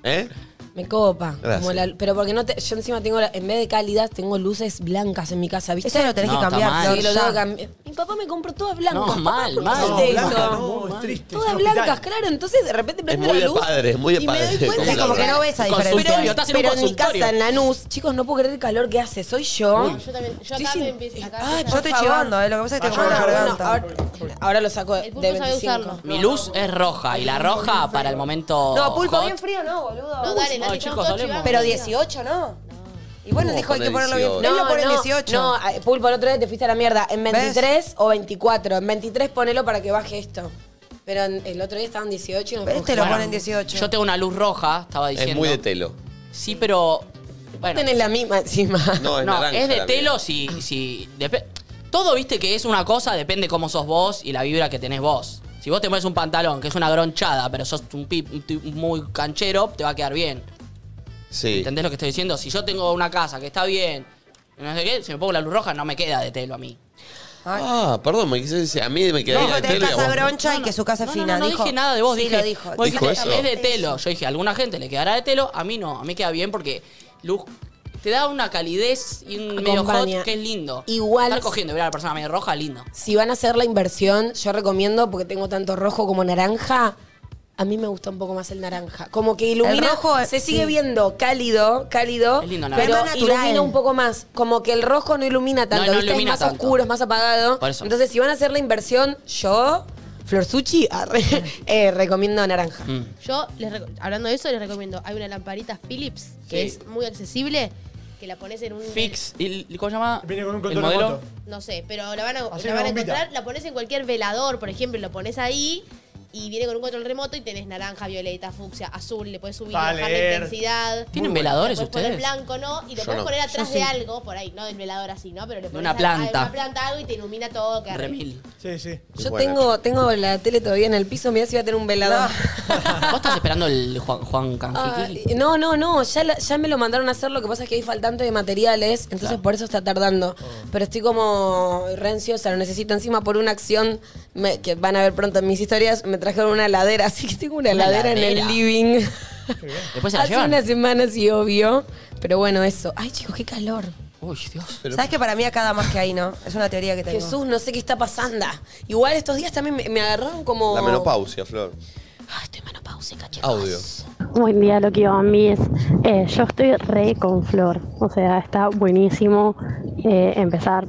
A: ¿Eh?
C: Me copa.
A: Gracias.
C: Como la- pero porque no te, yo encima tengo, la- en vez de cálidas, tengo luces blancas en mi casa, ¿viste?
E: Eso lo tenés
B: No,
E: que
B: está
E: cambiar,
B: mal.
E: Flor,
C: Sí, lo
E: ya.
C: tengo que- Mi papá me compró todas blancas.
B: No,
C: Papá,
B: mal,
C: ¿por qué
B: mal.
D: No,
C: hiciste
D: blanca,
C: eso?
D: no, es triste. es
C: Todas
D: un hospital.
C: blancas, claro. Entonces de repente prendo
A: muy
C: la
A: de
C: luz.
A: padre, es muy de
C: y
A: padre.
C: Me doy cuenta
E: Es como que no ves a diferencia.
B: Consultorio, estás en un
C: Pero en mi
B: consultorio.
C: casa, en Lanús, chicos, no puedo creer el calor que hace. Soy yo.
F: Yo también. Yo
C: Estoy
F: acá
C: sin-
F: me empiezo. Acá
C: Ay,
F: empieza-
E: Yo estoy
C: Por favor.
E: chivando, eh, lo que pasa es
A: Ah,
E: que tengo
D: Vaya,
E: una
D: vaya,
E: garganta.
C: No, ahora, ahora lo saco de
F: El pulpo sabe
C: 25.
F: usarlo.
B: Mi luz es roja y la roja para el momento.
E: No, pulpo
B: hot.
E: bien frío no, boludo.
F: No, dale, Nati,
B: no,
F: estamos
B: chicos,
F: todos
B: hablemos.
F: chivando.
E: Pero 18 no. Y bueno,
A: ¿Cómo
E: dijo hay que
A: pone
E: ponerlo bien frío.
A: 18?
E: Él lo pone en 18.
C: No, eh, Pulpo, el otro día te fuiste a la mierda. En 23 o 24. En 23 ponelo para que baje esto. Pero en- el otro día estaban 18 y no
E: Pero este lo pone en 18.
B: Yo tengo una luz roja, estaba diciendo.
A: Es muy de telo.
B: Sí, pero. Bueno,
C: tenés la misma encima.
A: No, es,
B: no,
A: naranja
B: es de
A: la
B: telo
A: mía.
B: si. si depe- todo viste que es una cosa, depende cómo sos vos y la vibra que tenés vos. Si vos te pones un pantalón que es una gronchada, pero sos un pip un ti- muy canchero, te va a quedar bien.
A: Sí.
B: ¿Entendés lo que estoy diciendo? Si yo tengo una casa que está bien, no sé qué, si me pongo la luz roja, no me queda de telo a mí.
A: Ah, perdón, me quise decir. A mí me quedé
E: Dijo
A: bien
E: que
A: de
E: tenés
A: telo. y a
E: casa
A: vos-
E: broncha y que su casa es
B: No, no,
E: fina.
B: no, no
E: dijo.
B: dije nada de vos,
E: Sí,
B: dije,
E: lo dijo.
B: vos
A: ¿Dijo
B: dijiste,
A: eso?
B: es de telo. Yo dije, a alguna gente le quedará de telo, a mí no, a mí queda bien porque luz te da una calidez y un medio
C: Acompaña.
B: hot que es lindo.
C: Igual-
B: Estar cogiendo, ver a la persona medio roja, lindo.
C: Si van a hacer la inversión, yo recomiendo, porque tengo tanto rojo como naranja, a mí me gusta un poco más el naranja. Como que ilumina,
E: El rojo,
C: se
E: sí.
C: sigue viendo cálido, cálido,
B: Es lindo el
C: pero
E: naranja. Es más natural.
C: ilumina un poco más. Como que el rojo no ilumina tanto,
B: No, no
C: ¿viste?
B: ilumina
C: es más
B: tanto.
C: oscuro, es más apagado.
B: Por eso.
C: Entonces, si van a hacer la inversión, yo, Florzucci, arre, eh, recomiendo naranja.
B: Mm.
F: Yo, les reco- hablando de eso, les recomiendo. Hay una lamparita Philips que
B: Sí.
F: es muy accesible, que la pones en un.
B: Fix, y, y ¿cómo se llama?
D: Viene con un
B: el
D: control
B: modelo.
D: remoto.
F: No sé, pero la van a,
D: Hacer
F: la
D: una
F: van a
D: bombita.
F: encontrar. La pones en cualquier velador, por ejemplo, y lo pones ahí. y viene con un control remoto y tenés naranja, violeta, fucsia, azul, le puedes subir,
B: Pa'
F: bajar la
B: leer.
F: intensidad.
B: ¿Tienen
F: Muy
B: veladores
F: Le podés
B: ustedes?
F: poner blanco, ¿no? Y lo
B: Yo
F: puedes
B: no.
F: poner
B: Yo
F: atrás
B: sí.
F: de algo, por ahí, no del velador así, ¿no? Pero le pones
B: una
F: al-
B: planta.
F: a una planta algo y te ilumina todo. que
B: Remil.
D: Sí, sí.
C: Yo tengo, tengo la tele todavía en el piso, mirá si voy a tener un velador.
B: ¿Vos estás esperando el Juan, Juan
C: Ah,
B: Canjiquí?
C: no, no, no, ya, la- ya me lo mandaron a hacer, lo que pasa es que hay faltante de materiales, entonces por eso está tardando. Pero estoy como re ansiosa, lo necesito encima por una acción me- que van a ver pronto en mis historias, me trajeron una heladera, así que tengo una,
B: Una
C: heladera, en
B: heladera.
C: el living.
B: Después se la
C: Hace
B: llevan.
C: unas semanas y obvio, pero bueno, eso. Ay, chicos, qué calor.
B: Uy, Dios.
E: ¿Sabes que para mí acá da más que ahí, no? Es una teoría que tengo.
C: Jesús, no sé qué está pasando. Igual estos días también me, me agarraron como...
A: La menopausia, Flor.
C: Ah,
A: Audio.
K: Buen día, Loki Bambis. Eh, yo estoy re con Flor. O sea, está buenísimo eh, empezar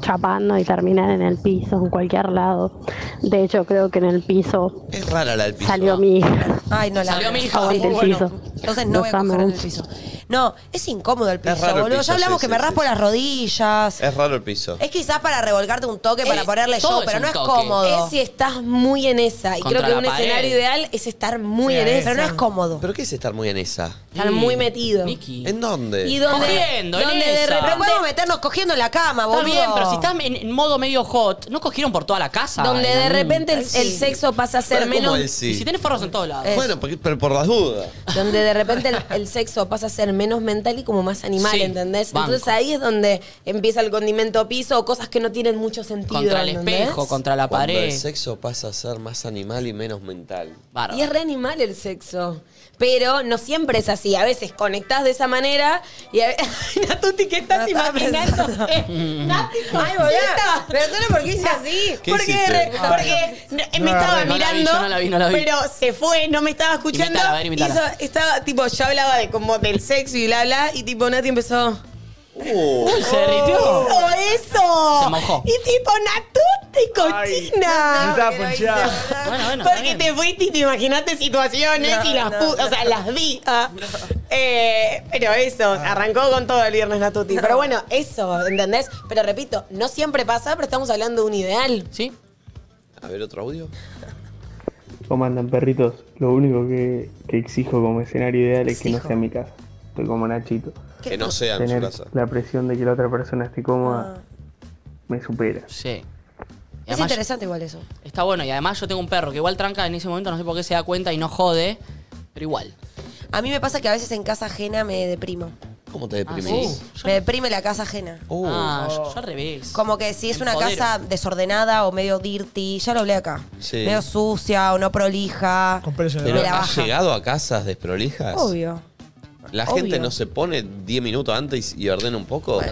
K: chapando y terminar en el piso, en cualquier lado. De hecho, creo que en el piso
A: Es rara la del piso.
K: salió mi hija.
E: Ay, no la
K: Salió mi hija, muy
E: Aguante el
K: bueno.
E: piso. Entonces no
K: Los
E: voy a coger en
K: amo.
E: el piso. No, es incómodo el piso,
A: raro el
E: boludo.
A: piso,
E: ya hablamos
A: sí,
E: que
A: sí,
E: me
A: sí,
E: raspo
A: sí.
E: las rodillas.
A: Es raro el piso.
E: Es quizás para revolcarte un toque, para ponerle yo, pero no es cómodo.
C: Es si estás muy en esa. Y
A: Contra
C: creo que un
A: la pared.
C: escenario ideal es estar muy en esa.
E: Pero no es cómodo.
A: ¿Pero qué es estar muy en esa?
C: Estar muy metido.
A: ¿En dónde?
C: Y donde, donde de repente...
E: podemos meternos cogiendo en la cama,
B: Está
E: boludo.
B: bien, pero si estás en, en modo medio hot, ¿no cogieron por toda la casa?
C: Donde de
B: Ay,
C: repente el,
B: ay,
C: el
B: sí.
C: sexo pasa a ser
B: Pero ¿cómo
C: menos...
B: el sí? Y si tenés forros en todos lados.
A: Bueno, porque- pero por las dudas.
C: Donde de repente el, el sexo pasa a ser menos mental y como más animal,
A: Sí,
C: ¿entendés?
B: banco.
C: Entonces ahí es donde empieza el condimento piso o cosas que no tienen mucho sentido.
B: Contra el
C: ¿entendés?
B: espejo, contra la
A: Cuando
B: pared.
A: el sexo pasa a ser más animal y menos mental.
C: Y es re animal el sexo. Pero no siempre es así. A veces conectás de esa manera y a veces. Natuti, ¿qué estás imaginando? Nati,
E: Ay, boludo.
C: conchita.
E: Pero solo porque hice así.
C: ¿Qué Porque- hiciste? porque
B: Ah,
C: eh,
B: No
C: me
B: la
C: estaba
B: vi, no la vi,
C: mirando,
B: yo no la vi, no la vi.
C: pero se fue, no me estaba escuchando.
B: Imitala, a ver, imitala.
C: Hizo- estaba, tipo, yo hablaba de como del sexo y bla, bla, y tipo, Nati empezó.
B: Uy, se derritió.
D: ¡Oh!
C: ¡Hizo eso!
B: Oh. Se mojó.
C: Y tipo, Natuti,
D: me
C: cochina.
D: estaba ponchada.
C: Ah,
B: Bueno, bueno, está
C: Porque te fuiste y te imaginaste situaciones
E: No,
C: y las
E: no,
C: pu- o sea, las vi. ah. Eh, pero eso,
E: Ah.
C: arrancó con todo el viernes Natuti. Pero bueno, eso, ¿entendés? Pero repito, no siempre pasa, pero estamos hablando de un ideal.
B: ¿Sí?
A: A ver, otro audio.
L: ¿Cómo andan, perritos? Lo único que, que exijo como escenario ideal es que no
A: Exijo.
L: sea mi casa. Estoy como Nachito.
A: Que no sea en su
L: Tener
A: casa.
L: la presión de que la otra persona esté cómoda me supera.
B: Sí.
E: Es interesante igual eso.
B: Está bueno, y además yo tengo un perro que igual tranca en ese momento, no sé por qué se da cuenta y no jode, pero igual.
E: A mí me pasa que a veces en casa ajena me deprimo.
A: ¿Cómo te
B: Ah,
A: deprimís?
B: sí.
E: Me deprime la casa ajena.
B: Ah, yo, yo al revés.
E: Como que si es
B: El
E: una
B: podero.
E: casa desordenada o medio dirty, ya lo hablé acá.
A: Sí.
E: Medio sucia o no prolija.
A: Pero
E: me la
A: ¿has
E: baja.
A: llegado a casas desprolijas?
E: Obvio.
A: ¿La
E: obvio.
A: gente no se pone 10 minutos antes y ordena un poco?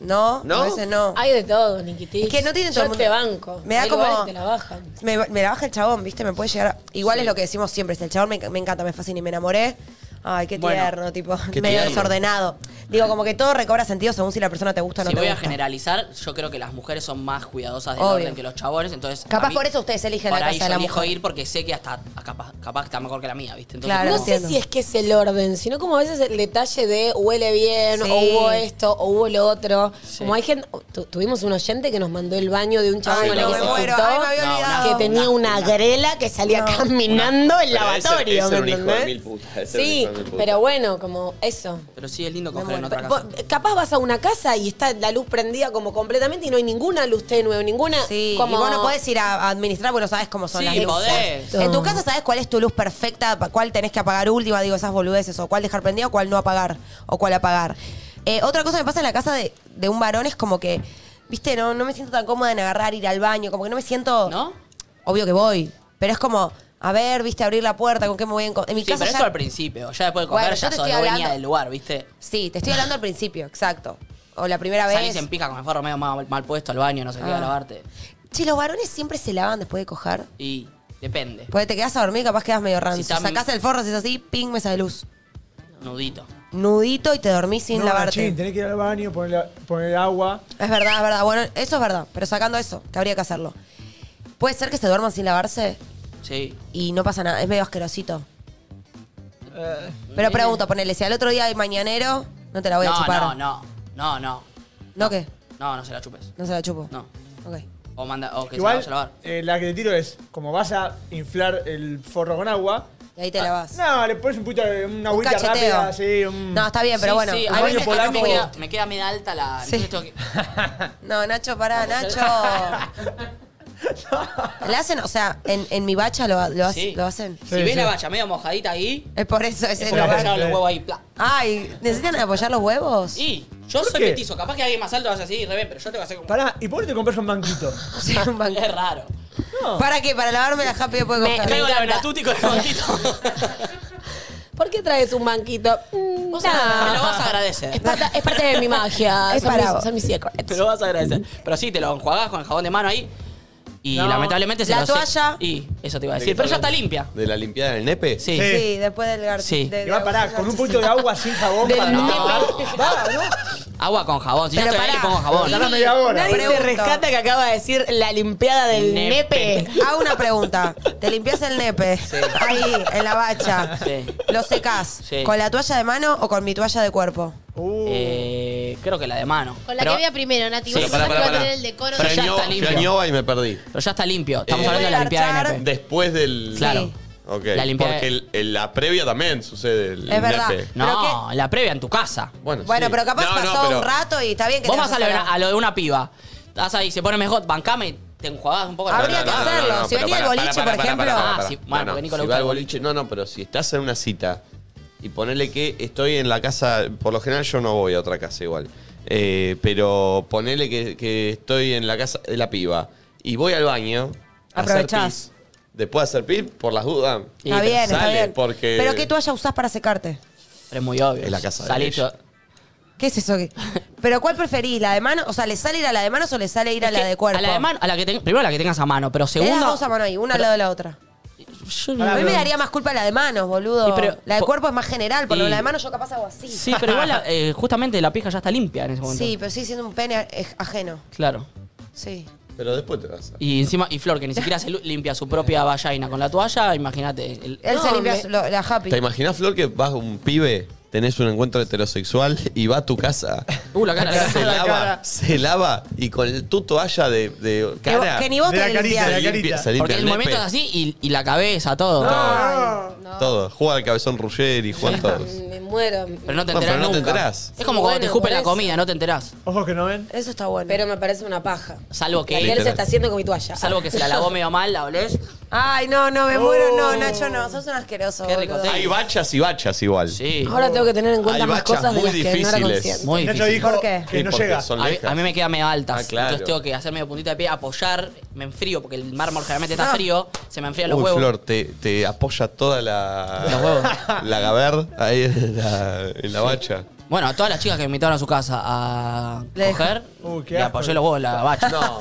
E: No,
A: ¿No?
E: a veces no.
C: Hay de todo, Nikitich.
E: Es que no tiene
C: Yo
E: todo el mundo.
C: te banco.
E: Me da
C: Hay
E: como-
C: lugares que te la bajan.
E: Me, me la baja el chabón, ¿viste? Me puede llegar. a- Igual es lo que decimos siempre: si el chabón me, me encanta, me fascina y me enamoré. Ay, qué
B: Bueno.
E: tierno, tipo,
A: Qué
E: medio
A: tierno.
E: desordenado. Digo, como que todo recobra sentido según si la persona te gusta o no
B: si
E: te
B: voy a
E: gusta.
B: generalizar, yo creo que las mujeres son más cuidadosas del
E: Obvio.
B: orden que los chabones, entonces...
E: Capaz
B: a mí-
E: por eso ustedes eligen
B: por
E: la
B: ahí
E: casa
B: yo
E: de la
B: elijo
E: mujer.
B: ir porque sé que hasta capaz, capaz está mejor que la mía, ¿viste? Entonces,
C: no
B: como-
C: sé si es que es el orden, sino como a veces el detalle de huele bien,
E: Sí.
C: o hubo esto, o hubo lo otro.
B: Sí.
C: Como hay gente, tu- tuvimos un oyente que nos mandó el baño de un chabón
E: Ay,
C: con
E: no,
C: el que
E: me
C: se
E: muero.
C: juntó,
E: Ay, me había
B: No,
E: olvidado.
C: que tenía una grela que salía caminando el
A: Pero ese-
C: lavatorio,
A: ese era un
C: ¿me
A: hijo de
C: entendés?
A: mil putas, ese era un
C: Sí,
A: hijo de mil putas.
C: pero bueno, como eso.
B: Pero sí es lindo coger en
C: Bueno,
B: otra
C: pero
B: casa.
C: vos- capaz vas a una casa y está la luz prendida como completamente y no hay ninguna luz tenue, ninguna.
E: Sí,
C: como
E: y vos no podés ir a a administrar porque no sabes cómo son
B: Sí,
E: las luces.
B: podés.
E: En tu casa sabes cuál es tu luz perfecta, pa- cuál tenés que apagar última, digo, esas boludeces, o cuál dejar prendida, o cuál no apagar, o cuál apagar. Eh, otra cosa que me pasa en la casa de, de un varón es como que, viste, no, no me siento tan cómoda en agarrar, ir al baño, como que no me siento...
B: ¿No?
E: Obvio que voy, pero es como, a ver, viste, abrir la puerta, con qué me voy a encontrar. En mi
B: Sí,
E: casa
B: pero
E: ya-
B: eso al principio. Ya después de coger,
E: Bueno, yo
B: ya
E: te
B: sos
E: estoy
B: dueña
E: hablando-
B: del lugar, ¿viste?
E: Sí, te estoy hablando al principio, exacto. O la primera
B: Salís
E: vez.
B: en pica con el forro medio mal, mal puesto al baño, no sé qué, a
E: Ah.
B: lavarte.
E: Che, los varones siempre se lavan después de coger.
B: Y depende.
E: Porque te quedás a dormir, capaz quedás medio rancio.
B: tam-
E: Sacás el forro, haces así, ping, mesa de luz.
B: Nudito.
E: Nudito y te dormís sin
D: No,
E: lavarte.
D: Nachín, tenés que ir al baño, poner, poner agua.
E: Es verdad, es verdad. Bueno, eso es verdad. Pero sacando eso, que habría que hacerlo. Puede ser que se duerman sin lavarse
B: Sí.
E: y no pasa nada. Es medio asquerosito.
D: Eh,
E: Pero pregunto, ponele, si al otro día hay mañanero, no te la voy a
B: no,
E: chupar.
B: no, no. No, no.
E: ¿No qué?
B: No, no se la chupes.
E: No se la chupo.
B: No.
E: Ok.
B: O, manda, o que
D: Igual,
B: se la vaya a lavar.
D: eh, la que te tiro es, como vas a inflar el forro con agua...
E: Y
D: Ah.
E: ahí te lavas.
D: No, le pones un puto, una
E: Un
D: agüita
E: cacheteo.
D: rápida, sí, un...
E: No, está bien, pero
D: Sí,
E: bueno.
D: sí,
E: Un
D: a
E: baño
D: veces que no me
E: polaco.
D: queda-
B: Me queda media alta la. entonces tengo que-
E: No, Nacho, pará, Nacho. Le hacen, o sea, en, en mi bacha lo, lo, hace- lo hacen.
B: si ves la bacha medio mojadita ahí,
E: Es por eso, es,
B: es
E: el
B: porque apoyaron los huevos ahí. pla.
E: Ay, ¿necesitan apoyar los huevos?
B: Y yo
D: ¿Por
B: soy
D: qué?
B: petizo, capaz que alguien más alto hace así, revés, pero yo tengo que hacer como.
D: Pará, ¿y por qué no te compras un banquito?
E: Sí, un banco.
B: Es raro.
E: ¿Para qué? ¿Para lavarme la happy después de
B: Me
E: coger?
B: caigo la Benatuti con el banquito.
C: ¿Por qué traes un banquito? Mm, nah.
B: Me lo vas a agradecer.
C: Es parte, es parte de mi magia.
E: Es
C: son,
E: para-
C: mis, son mis secrets.
B: Te lo vas a agradecer. Pero sí, te lo enjuagás con el jabón de mano ahí. Y
E: No.
B: lamentablemente se
E: La
B: lo se-
E: toalla.
B: Y eso te iba a decir. Pero ya está limpia.
A: ¿De la limpiada del nepe?
B: Sí.
E: Sí. después del garfio.
B: Sí.
E: De,
D: Igual pará, con un poquito de agua sin jabón
E: Del
D: para
E: no.
D: Va, ¿no?
B: Agua con jabón. Si yo
D: Pero
B: estoy ahí, le pongo jabón.
D: Tarda media hora.
C: Nadie se
E: Pregunto.
C: rescata que acaba de decir la limpiada del nepe.
B: Nepe.
E: Hago una pregunta. Te limpias el nepe ahí, en la bacha.
B: Sí.
E: Lo secás.
B: Sí.
E: ¿Con la toalla de mano o con mi toalla de cuerpo?
D: Uh.
B: Eh, creo que la de mano.
F: Con la
B: Pero-
F: que había primero, Nati.
B: Sí,
F: vos
B: pero
F: capaz
B: pará, pará,
F: que va a
B: pará.
F: tener el decoro.
B: Pero ya
A: Feañó-
B: está limpio.
A: feañó y me perdí.
B: Pero ya está limpio. Estamos
A: Eh,
B: hablando de la limpiada de
E: garchar.
B: NP.
A: Después del.
B: Claro.
A: Ok.
B: La limpiada-
A: Porque el- el- la previa también sucede el
E: Es verdad.
A: nepe.
B: No, la previa en tu casa.
A: Bueno,
E: Bueno,
A: sí.
E: pero capaz
A: No, no,
E: pasó
A: pero-
E: un rato y está bien que
B: Vos
E: te
B: vas a,
E: hagas
B: lo-
E: sola.
B: a lo de una piba. Estás ahí, se pone mejor, bancame y te enjuagás un poco. la
E: Habría
B: cara.
E: que hacerlo. Si
A: pero
E: venía el
A: pará,
E: boliche,
A: pará,
E: por
A: pará,
E: ejemplo.
A: pará, pará,
B: Ah,
A: pará.
B: sí, bueno, porque Nico le
A: si
B: gusta
A: va
B: el
A: al boliche. No, no, pero si estás en una cita y ponele que estoy en la casa, por lo general yo no voy a otra casa igual, Eh, pero ponele que, que estoy en la casa de la piba y voy al baño. a hacer
E: Aprovechás.
A: pis. Después de hacer pis, por las dudas.
E: Está bien, está
A: sale,
E: bien.
A: Porque
E: Pero ¿qué toalla usás para secarte?
B: Pero es muy obvio.
A: Es la casa de
B: Salís
A: ella.
B: yo-
E: ¿Qué es eso? que- ¿Pero cuál preferís? ¿La de mano? O sea, ¿le sale ir a la de manos o le sale ir a
B: Es
E: la
B: que
E: de cuerpo?
B: A la de mano, a la que ten- primero a la que tengas a mano, pero
E: Le das
B: segunda.
E: dos a mano ahí, una al lado de la otra.
B: yo no-
E: A mí me daría más culpa la de manos, boludo.
B: Y pero-
E: la de
B: po-
E: cuerpo es más general, por lo
B: Y-
E: de la de manos yo capaz hago así.
B: Sí, pero igual la- eh, justamente la pija ya está limpia en ese momento.
E: Sí, pero sí siendo un pene aj- ajeno.
B: Claro.
E: Sí.
A: Pero después te vas a.
B: Y encima, y Flor, que ni siquiera se lu- limpia su propia vagina con la toalla, imagínate. el-
E: Él se
C: No,
E: limpia
C: me-
E: su- lo- la happy.
A: ¿Te imaginas, Flor, que vas un pibe, tenés un encuentro heterosexual y va a tu casa?
B: Uh, la cara. la
A: se
B: cara.
A: lava, se lava y con el- tu toalla de, de
E: Que,
A: cara.
E: vo- que ni vos
D: De la
E: te
D: carita,
E: limpias.
D: de
A: se limpia, se limpia
B: Porque el
A: nepe,
B: movimiento es así y, y la cabeza, todo.
D: Ah.
A: Todo. Juega al cabezón Ruggeri, y juegan todos.
C: Me muero.
B: Pero no te
A: No, pero
B: enterás
A: no te
B: nunca.
A: enterás.
B: Es como cuando te
C: Sí, bueno,
B: escupen
C: por
B: la
C: eso.
B: comida, no te enterás.
D: Ojos que no ven.
E: Eso está bueno.
C: Pero me parece una paja.
B: Salvo
C: La que
B: que,
C: él se
A: Literal.
C: está haciendo con mi toalla.
B: salvo que se la lavó medio mal, la olés.
E: Ay, no, no, me muero, no, Nacho, no. Sos un asqueroso.
B: Oh. Qué rico
E: boludo.
B: té.
A: Hay bachas y bachas igual.
B: Sí.
C: Ahora tengo que tener en cuenta
A: Hay
C: más
A: bachas
C: cosas de
A: muy
C: las que no era
A: difíciles.
C: consciente.
B: Muy
D: Nacho
B: difícil.
D: dijo
E: ¿Por qué?
D: que no
A: porque
D: llega.
A: son
B: A mí,
A: lejas.
B: a mí me queda medio altas.
A: Ah, claro.
B: Entonces tengo que hacer medio puntita de pie, apoyar, me enfrío, porque el mármol generalmente está
E: No.
B: frío, se me enfrían los
A: Uy,
B: huevos.
A: Flor, te, te apoya toda la.
B: Los huevos.
A: La gaber ahí en la, en la bacha.
B: Bueno, a todas las chicas que me invitaron a su casa a
E: Le-
B: coger,
D: Uy, qué
B: le
D: asco.
B: apoyé los huevos en la bacha. No.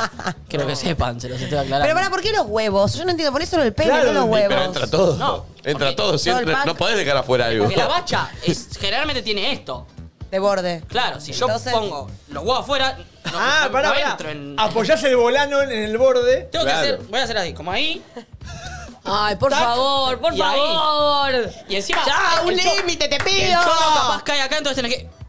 B: Quiero que sepan, se los estoy aclarando.
E: Pero para, ¿por qué los huevos? Yo no entiendo, por eso los penes,
D: Claro,
E: no los
D: y-
E: huevos.
A: Pero entra todo.
B: No,
A: entra
B: porque
A: todo. Siempre,
E: todo el pack-
A: no podés dejar afuera algo.
B: Porque la bacha es- generalmente tiene esto.
E: De borde.
B: Claro, si yo
E: Entonces-
B: pongo los huevos afuera, no,
D: Ah,
B: no-
D: pará,
B: no
D: pará.
B: entro en...
D: Apoyás el volano en el borde.
B: Tengo
A: Claro.
B: que hacer, voy a hacer así, como ahí,
C: Ay, por
B: Tac.
C: favor, por
B: Y ahí.
C: favor.
B: y encima...
C: Ya, un
B: el cho-
C: límite,
B: Y
C: te
B: el
C: pido.
B: chono capaz cae acá, entonces tenés que...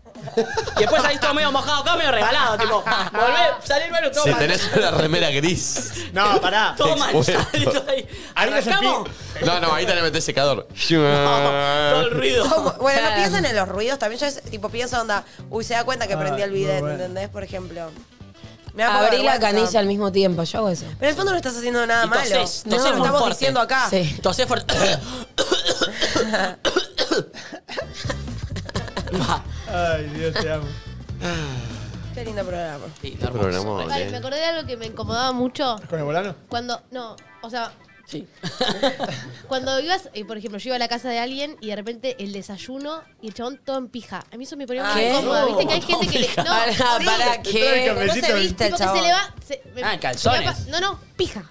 B: Y después salís todo medio mojado acá, medio regalado, Ah, tipo, volvé, salí bueno, todo
A: Si
B: mal.
A: tenés una remera gris.
D: No, pará.
B: Todo manchado
A: expuesto.
B: ahí.
D: Ahí no se pi-
B: ¿Arrancamos?
A: No, no, ahí tenés que meter secador.
B: Todo el ruido.
E: ¿Cómo? Bueno, no
C: Claro.
E: piensan en los ruidos, también yo es- tipo pienso onda, uy, se da cuenta que
D: Ah,
E: prendí el
D: muy
E: bidet,
D: bueno.
E: ¿entendés? Por ejemplo. Me da un poco de
C: Abrí la
E: vergüenza.
C: canilla al mismo tiempo. Yo hago eso.
E: Pero en el fondo no estás haciendo nada
B: Y
E: malo.
B: tosés,
E: no,
B: tosés
E: lo
B: muy
E: estamos
B: fuerte.
E: diciendo acá.
C: Sí.
B: Tosé fuerte. Va.
D: Ay, Dios, te amo.
E: Qué lindo programa.
B: Sí,
A: Qué
B: hermoso.
A: programón,
F: Vale,
A: eh.
F: me acordé de algo que me incomodaba mucho
D: ¿Con el volano?
F: cuando. No, o sea,
B: Sí.
F: cuando ibas, eh, por ejemplo, yo iba a la casa de alguien y de repente el desayuno y el chabón todo en pija. A mí eso me ponía muy
C: ¿Qué?
F: incómoda. Viste que hay
B: No,
F: gente que le. No,
C: Para,
F: sí,
C: para,
D: Entonces,
C: ¿qué?
E: Pero no se
D: Cafecito,
E: viste el
F: Tipo que
E: chabón.
F: se le va. se- me-
B: Ah, en calzones.
F: me apa- No, no, pija.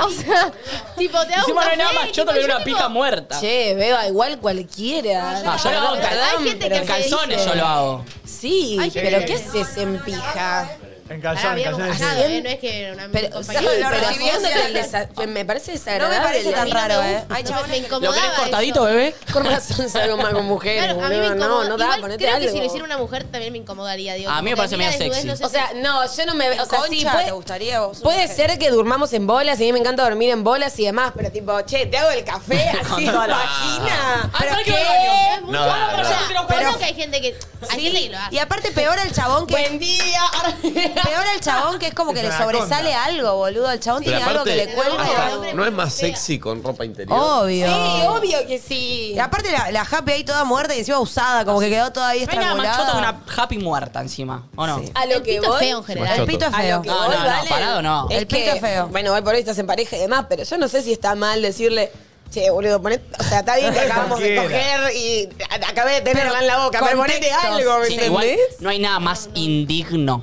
F: o sea, tipo, te hago
B: Encima
F: un
B: no hay
F: café,
B: nada más choto que
F: tipo,
B: una
F: yo
B: pija
F: tipo-
B: muerta.
C: Che, beba, igual cualquiera.
F: No,
B: Ah, yo lo hago en
F: Pero hay
B: cal-
F: gente que
B: en
F: se
B: calzones,
F: dice.
B: yo lo hago.
C: Sí,
F: Hay gente
C: pero
F: que-
C: ¿qué se empija?
D: En
F: Pará,
D: calzón, en
F: había
D: calzones.
F: buscado, ¿eh? No es que era una
C: Pero, sí,
F: compañera.
C: pero si bien del desa- me parece desagradable.
F: parece tan
C: A mí me
F: raro, ¿eh?
C: gusta.
F: Ay, chabón, me
B: ¿Lo
F: incomodaba
B: querés
F: eso.
B: cortadito, bebé?
C: Con razón salgo más con mujeres,
F: Claro, a mí me
C: boludo. No,
F: incomoda.
C: no da,
F: Igual
C: ponete
F: creo que
C: algo.
F: si lo hiciera una mujer también me incomodaría. Digo,
B: A mí me
F: como
B: parece
F: que
B: medio
F: desnudez,
B: sexy.
F: no sé
C: O sea,
F: si-
C: no, yo no me veo. O sea, sí,
E: Concha,
C: puede,
E: ¿te gustaría vos?
C: puede ser que durmamos en bolas, y a mí me encanta dormir en bolas y demás, pero tipo, che, te hago el café así,
A: toda la-
C: vagina.
F: Ay,
C: ¿Pero
F: pará que
C: qué?
F: voy al baño.
A: No, da, no, da.
F: Pero, pero que hay gente que. Hay gente que lo hace.
E: Y aparte peor el chabón que...
C: Buen día.
E: Peor el chabón que es como que
A: Es
E: le
A: una
E: sobresale algo, boludo. El chabón
A: Pero
E: tiene algo que
A: aparte,
E: le cuelga.
A: hasta- ¿no es más sexy con ropa interior?
E: Obvio.
C: Sí, obvio que sí.
E: Y aparte la, la happy ahí toda muerta y encima usada, como que quedó toda ahí
B: No hay nada más choto que
E: estrangulada.
B: una happy muerta encima, ¿o no?
C: A lo
F: El
C: que
F: pito
C: voy.
F: feo en general.
E: El pito es
B: A lo
E: feo.
B: que- No, no, no, parado no.
E: El pito es feo.
C: Bueno, hoy por hoy estás en pareja y demás, pero yo no sé si está mal decirle, che, boludo, ponete. O sea, está bien que acabamos de
D: Cualquiera.
C: coger y a- acabé de tenerla en la boca, pero ponete
E: contextos,
C: algo, ¿me
B: Sí, igual
C: entendés?
B: no hay nada más indigno.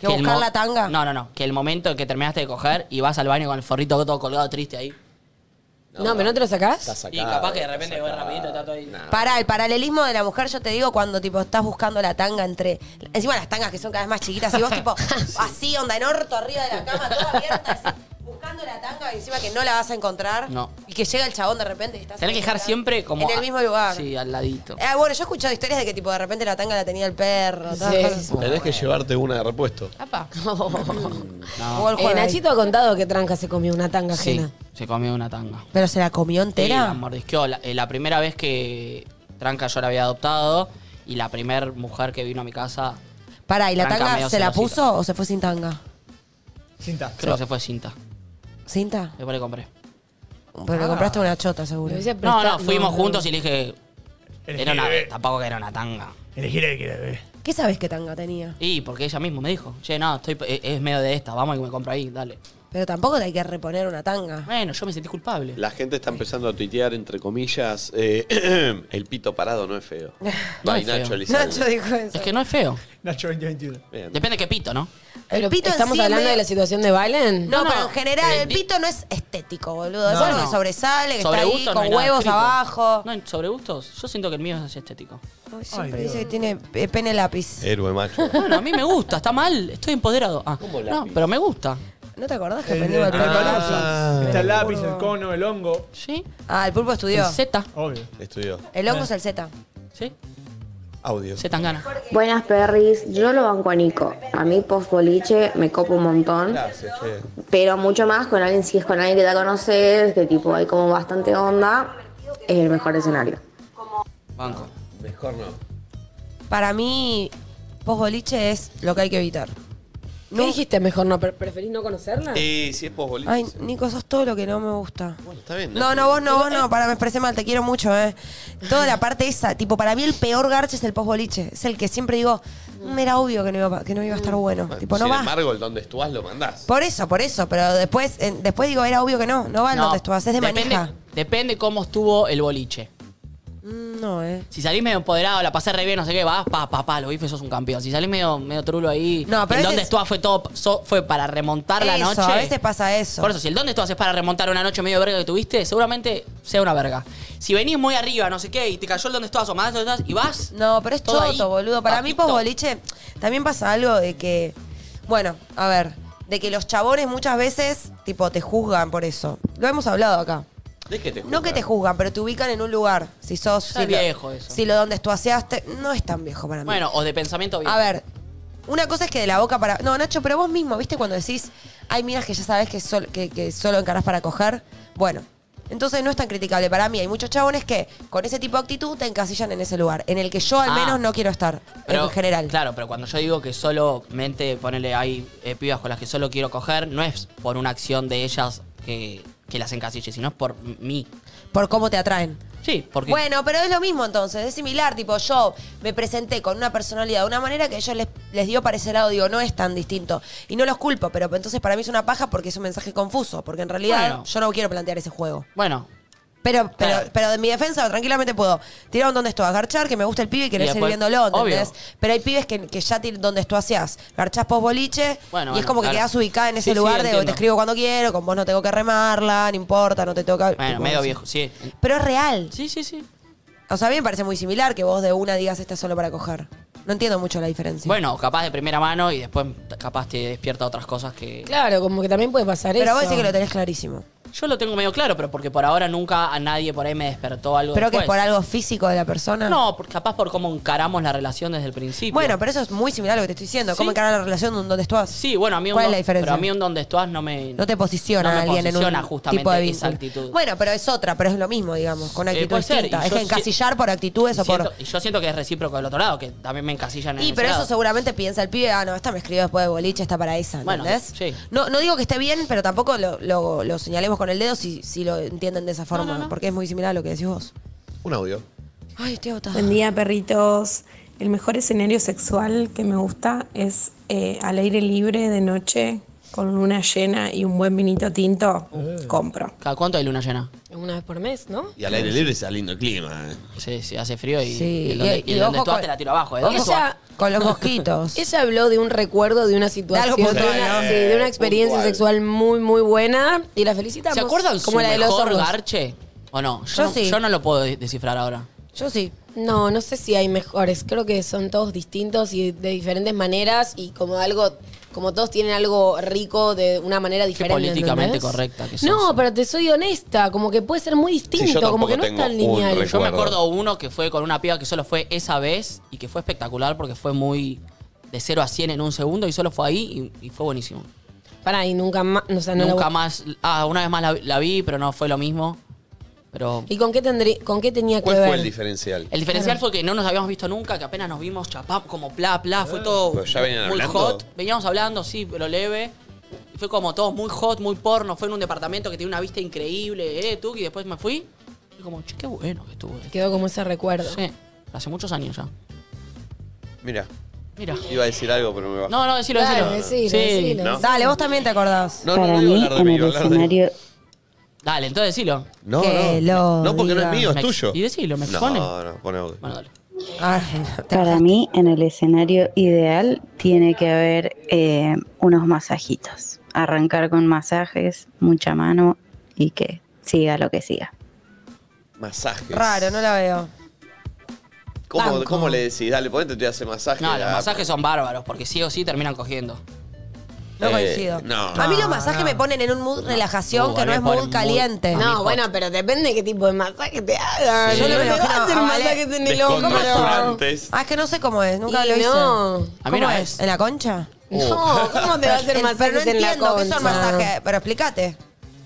E: ¿Que buscar
B: mo-
E: la tanga?
B: No, no, no. Que el momento en que terminaste de coger y vas al baño con el forrito todo colgado triste ahí.
C: No, pero no te lo sacás.
A: Está
B: Y
A: sacado,
B: capaz que de
A: está
B: repente voy
A: sacado.
B: rapidito, está todo ahí.
E: Pará, el paralelismo de la mujer, yo te digo, cuando tipo estás buscando la tanga entre. Encima las tangas que son cada vez más chiquitas, y vos tipo, así, onda en orto arriba de la cama, toda abierta, así, buscando la tanga y encima que no la vas a encontrar.
B: No.
E: Y que llega el chabón de repente y estás.
B: Tenés que dejar siempre como.
E: En el mismo
B: a-
E: lugar.
B: Sí, al ladito.
E: Ah, bueno, yo he escuchado historias de que tipo de repente la tanga la tenía el perro, todas
C: Sí.
E: cosas así.
A: Tenés que llevarte una de repuesto.
F: Apa.
E: Jugó el
C: Eh,
E: juego ahí.
C: Nachito ha contado que Tranca se comió una tanga
B: Sí,
C: ajena.
B: se comió una tanga.
E: Pero se la comió
B: Sí, la
E: entera.
B: mordisqueó. La, eh, la primera vez que Tranca yo la había adoptado y la primera mujer que vino a mi casa,
E: Pará, ¿y la
B: Tranca
E: tanga
B: medio
E: se la
B: celosita.
E: puso o se fue sin tanga?
D: Cinta.
B: creo que se fue cinta.
E: ¿Cinta?
B: Después le compré.
E: Pero le compraste una chota, seguro.
C: Ah. Le hubiese
B: No,
C: prestado-
B: no, fuimos juntos y le dije.
D: El
B: Era una,
D: jibe.
B: tampoco que era una tanga.
D: Elegir el que bebé.
E: ¿Qué sabes que tanga tenía?
B: Y porque ella misma me dijo, che, no, estoy, e- es medio de esta, vamos y me compro ahí, dale.
E: Pero tampoco te hay que reponer una tanga.
B: Bueno, yo me sentí culpable.
A: La gente está empezando a tuitear, entre comillas, eh, el pito parado no es feo. By
B: es
A: Nacho
B: feo.
A: Elizalde.
E: Nacho dijo eso.
B: Es que no es feo.
D: Nacho 2021.
A: Bien.
B: Depende de qué pito, ¿no?
E: El pito
C: ¿Estamos
E: en sí
C: hablando
E: medio-
C: de la situación de Balen?
E: No,
B: No,
E: pero
B: no.
E: en general
B: Eh,
E: el
B: di-
E: pito no es estético, boludo. es
B: No,
E: algo
B: no.
E: que sobresale, que está ahí
B: gustos no hay
E: con
B: nada
E: huevos
B: escrito.
E: abajo.
B: No, en- sobre gustos, yo siento que el mío es así estético.
E: Ay, siempre
D: Ay,
E: dice que
D: Dios.
E: tiene eh, pene lápiz.
A: Héroe macho.
B: Bueno, a mí me gusta, está mal, estoy empoderado. Ah, no, pero me gusta.
E: ¿No te acordás que
D: El, el,
E: aprendimos el pulpo?
D: palazo. Eh, ah, Está el lápiz, el
E: Pulpo.
D: cono, el hongo.
B: ¿Sí?
E: Ah, el pulpo estudió.
B: El Z,
D: Obvio.
A: Estudió.
E: El hongo es el Z.
B: ¿sí?
A: Audio.
B: Z gana.
H: Buenas perris, yo lo banco a Nico. A mí post boliche me copo un montón,
A: Gracias, che.
H: pero mucho más con alguien, si es con alguien que ya conoces, que tipo hay como bastante onda, es el mejor escenario.
B: Banco.
A: Mejor no.
E: Para mí, post boliche es lo que hay que evitar.
C: ¿Qué dijiste mejor no? pre- ¿Preferís no conocerla?
A: Eh, si es posbolito.
E: Ay, Nico, sos todo lo que no me gusta.
A: Bueno, está bien.
E: No, no, vos no, vos no, para me expresé mal, te quiero mucho, eh. Toda la parte esa, tipo, para mí el peor garche es el postboliche. Es el que siempre digo, "Mm, era obvio que no iba, a- que no iba a
B: Mm.
E: estar bueno.
A: Bueno,
E: Tipo, no
A: Sin
E: va.
A: embargo, el donde estás lo mandás.
E: Por eso, por eso, pero después, eh, después digo, era obvio que no, no va el donde estuvas, es de
B: depende,
E: manija.
B: Depende cómo estuvo el boliche.
E: Mm, No, eh.
B: Si salís medio empoderado, la pasé re bien, no sé qué, vas, pa, pa, pa, lo bife, sos un campeón. Si salís medio, medio trulo ahí,
E: No, pero
B: el
E: a
B: donde
E: veces-
B: estuás fue todo, so- fue para remontar la
E: Eso,
B: noche.
E: a veces pasa eso.
B: Por eso, si el dónde estás es para remontar una noche medio verga que tuviste, seguramente sea una verga. Si venís muy arriba, no sé qué, y te cayó el dónde estás o más dónde estás, y vas.
E: No, pero es
B: todo
E: choto,
B: ahí,
E: boludo. Para mí,
B: papito.
E: posboliche, también pasa algo de que. Bueno, a ver. De que los chabones muchas veces, tipo, te juzgan por eso. Lo hemos hablado acá.
A: ¿De qué te
E: No que te juzgan, pero te ubican en un lugar. Si sos.
B: Está
E: si
B: viejo eso.
E: Si lo donde estuaseaste. No es tan viejo para mí.
B: Bueno, o de pensamiento bien.
E: A ver, una cosa es que de la boca para. No, Nacho, pero vos mismo, ¿viste? Cuando decís, hay minas que ya sabes que, sol- que, que solo encarás para coger. Bueno, entonces no es tan criticable para mí. Hay muchos chabones que con ese tipo de actitud te encasillan en ese lugar, en el que yo al
B: Ah.
E: menos no quiero estar,
B: Pero,
E: en general.
B: Claro, pero cuando yo digo que solamente, ponele, hay eh, pibas con las que solo quiero coger, no es por una acción de ellas que, que las encasille, sino es por m- mí.
E: Por cómo te atraen.
B: Sí, porque.
E: Bueno, pero es lo mismo entonces, es similar, tipo yo me presenté con una personalidad de una manera que a ellos les, les dio para ese lado, digo, no es tan distinto. Y no los culpo, pero entonces para mí es una paja porque es un mensaje confuso, porque en realidad
B: Bueno.
E: yo no quiero plantear ese juego.
B: Bueno,
E: Pero, pero,
B: Claro.
E: pero de mi defensa, tranquilamente puedo tirar un donde estoy, garchar, que me gusta el pibe y querer seguir
B: después-
E: viéndolo, ¿entendés?
B: obvio.
E: Pero hay pibes que, que ya tienen donde esto hacías, garchás post boliche,
B: Bueno,
E: y
B: bueno,
E: es como que
B: claro.
E: quedás ubicada en
B: Sí,
E: ese
B: sí,
E: lugar de
B: entiendo.
E: te escribo cuando quiero, con vos no tengo que remarla, no importa, no te toca.
B: bueno, medio viejo, sí.
E: Pero es real.
B: Sí, sí, sí.
E: O sea, a mí me parece muy similar que vos de una digas esta es solo para coger. No entiendo mucho la diferencia.
B: Bueno, capaz de primera mano y después capaz te despierta otras cosas que.
C: Claro, como que también puede pasar
E: Pero
C: eso.
E: vos decís que lo tenés clarísimo.
B: Yo lo tengo medio claro, pero porque por ahora nunca a nadie por ahí me despertó algo.
E: Pero que es
B: después.
E: por algo físico de la persona.
B: No, por- capaz por cómo encaramos la relación desde el principio.
E: Bueno, pero eso es muy similar a lo que te estoy diciendo.
B: Sí.
E: ¿Cómo encarar la relación de un donde estás?
B: Sí, bueno, a mí un
E: ¿Cuál es
B: don-
E: la diferencia?
B: Pero a mí un donde estás no me.
E: No te posiciona
B: no me
E: alguien
B: posiciona
E: en un
B: justamente
E: tipo de
B: esa
E: vínculo.
B: actitud.
E: Bueno, pero es otra, pero es lo mismo, digamos, con
B: Eh,
E: actitud
B: puede ser,
E: distinta.
B: y
E: Es
B: yo
E: que
B: si-
E: encasillar por actitudes
B: Y
E: o por...
B: siento- y yo siento que es recíproco del otro lado, que también me encasillan en
E: Y
B: ese
E: pero eso
B: lado.
E: seguramente piensa el pibe, ah, no, esta me escribió después de boliche, está para esa,
B: Bueno,
E: ¿entendés?
B: sí.
E: No, no digo que esté bien, pero tampoco lo, lo- lo señalemos con el dedo si, si lo entienden de esa forma, porque es muy similar a lo que decís vos.
A: Un audio.
E: Ay, estoy agotada.
M: Buen día, perritos. El mejor escenario sexual que me gusta es eh, al aire libre de noche con luna llena y un buen vinito tinto. Compro.
B: ¿Cada cuánto hay luna llena?
C: Una vez por mes, ¿no?
A: Y al aire libre está lindo el clima. eh.
B: Sí, sí, hace frío y,
E: Sí,
B: y el donde,
E: y-
B: y el
E: y
B: donde
E: ojo
B: tú vas
E: con-
B: te la tiro abajo. ¿eh? ¿Dónde tú vas?
C: Ella,
E: Con los mosquitos.
C: ella habló de un recuerdo, de una situación, de
E: puntual,
C: una,
E: ¿no?
C: sí, de una experiencia
B: Puntual.
C: sexual muy, muy buena y la felicitamos.
B: ¿Se acuerdan
C: Como
B: su
C: la de los
B: mejor
C: zorros.
B: garche? ¿O no? Yo,
C: Yo
B: no,
C: sí.
B: yo no lo puedo de- descifrar ahora.
E: Yo sí.
C: No, no sé si hay mejores. Creo que son todos distintos y de diferentes maneras y como algo, como todos tienen algo rico de una manera diferente.
B: políticamente
C: ¿entendés?
B: correcta que sos.
C: No, pero te soy honesta, como que puede ser muy distinto, como que no es tan lineal.
B: Yo me acuerdo uno que fue con una piba que solo fue esa vez y que fue espectacular porque fue muy de 0 a 100 en un segundo y solo fue ahí y, y fue buenísimo.
C: Pará, y nunca más, o sea, no la
B: Nunca
C: voy-
B: más. Ah, una vez más la, la vi, pero no fue lo mismo. Pero.
C: ¿Y con qué, tendrí- con qué tenía que
A: ¿Cuál
C: ver?
A: fue el diferencial?
B: El diferencial fue que no nos habíamos visto nunca, que apenas nos vimos chapap, como pla, pla, fue todo
A: Pero ya venían
B: muy
A: hablando.
B: hot. Veníamos hablando, sí, pero leve. Y fue como todo muy hot, muy porno. Fue en un departamento que tenía una vista increíble, eh, tú, y después me fui. Y como, che, qué bueno que estuvo. esto.
C: Quedó como ese recuerdo.
B: Sí, hace muchos años ya.
A: Mira.
B: Mira.
A: Iba a decir algo, pero me va.
B: No, no, decilo,
A: Dale,
B: decilo.
A: decilo, decilo.
B: ¿No?
E: Dale, vos también te acordás.
A: No, no, no iba a hablar de mí, iba a hablar de.
B: Dale, entonces decilo.
A: No,
E: Que
A: no.
E: lo
A: No, porque no es
E: diga.
A: mío, es
E: Me-
A: tuyo.
B: y decilo, ¿me
A: no,
B: expone?
A: No, no, pone audio.
N: Para mí, en el escenario ideal, tiene que haber eh, unos masajitos. Arrancar con masajes, mucha mano y que siga lo que siga.
A: Masajes.
E: Raro, no la veo.
A: ¿Cómo,
B: Banco.
A: ¿Cómo le decís? Dale, ponete, te hace masaje.
B: No, los
A: la-
B: masajes son bárbaros, porque sí o sí terminan cogiendo.
E: No
A: Eh,
E: coincido.
A: no.
E: A mí los masajes me ponen en un mood relajación
B: Uh, a
E: que
B: mí
E: no
B: me
E: es
B: ponen
E: mood
B: muy-
E: caliente.
B: a mí
C: No,
B: hot.
C: bueno, pero depende de qué tipo de masaje te hagan.
E: Sí. Yo lo
C: No te
E: imagino,
C: vas a hacer
E: ojalá.
C: masajes en el hombro.
A: Descontrolantes.
E: Ah, es que no sé cómo es, nunca
C: Y
E: lo hice.
C: no. A mí
E: ¿Cómo
C: no
E: es? ¿En la concha?
C: No, ¿cómo te va a hacer
E: Pero-
C: masajes
E: Pero no
C: en la
E: entiendo qué son
C: concha?
E: masajes. Pero explícate.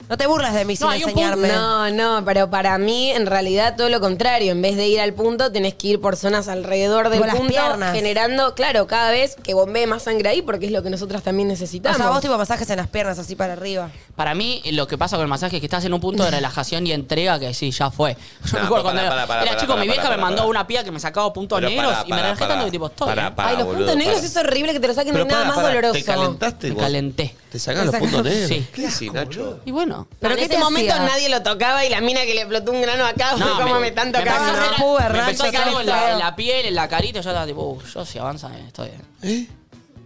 E: No te burlas de mí sin enseñarme.
C: No, no, pero para mí, en realidad, todo lo contrario. En vez de ir al punto, tenés que ir por zonas alrededor del
E: Tipo las
C: punto,
E: piernas.
C: generando, claro, cada vez que bombee más sangre ahí, porque es lo que nosotras también
E: O
C: necesitamos.
E: sea, vos tipo masajes en las piernas, así para arriba.
C: Uh,
B: Para mí, lo que pasa con el masaje es que estás en un punto de relajación y entrega que sí, ya fue. Yo
A: No,
B: me acuerdo
A: pará,
B: cuando era-
A: pará, pará,
B: era
A: pará,
B: chico,
A: pará,
B: mi vieja
A: pará,
B: me
A: pará,
B: mandó
A: pará.
B: una pía que me sacaba puntos
A: Pero
B: negros
A: pará,
B: y me
A: pará,
B: relajé
A: pará.
B: tanto que tipo, estoy.
A: Pará,
B: ¿eh?
A: pará, Ay, los boludo, puntos negros pará.
C: es horrible que te lo saquen, no hay nada más
A: ¿Te
C: doloroso.
A: calentaste?
B: Me
A: vos?
B: calenté.
A: ¿Te sacan
B: Me
A: los
B: saca-
A: puntos negros?
B: Sí.
A: ¿Qué decís, Nacho?
B: Y bueno.
C: Pero
E: ¿Pero
C: en
E: qué
C: ese
E: te
C: momento
E: hacía?
C: nadie lo tocaba y la mina que le explotó un grano acá
B: No,
C: fue como me, tanto
B: me empezó a hacer-
E: Pú,
B: me
E: Hernán,
B: empezó a hacer
E: sacale
B: algo en la,
E: feo.
B: en la piel, en la carita, y yo estaba tipo, uh, yo si avanza, eh, estoy bien.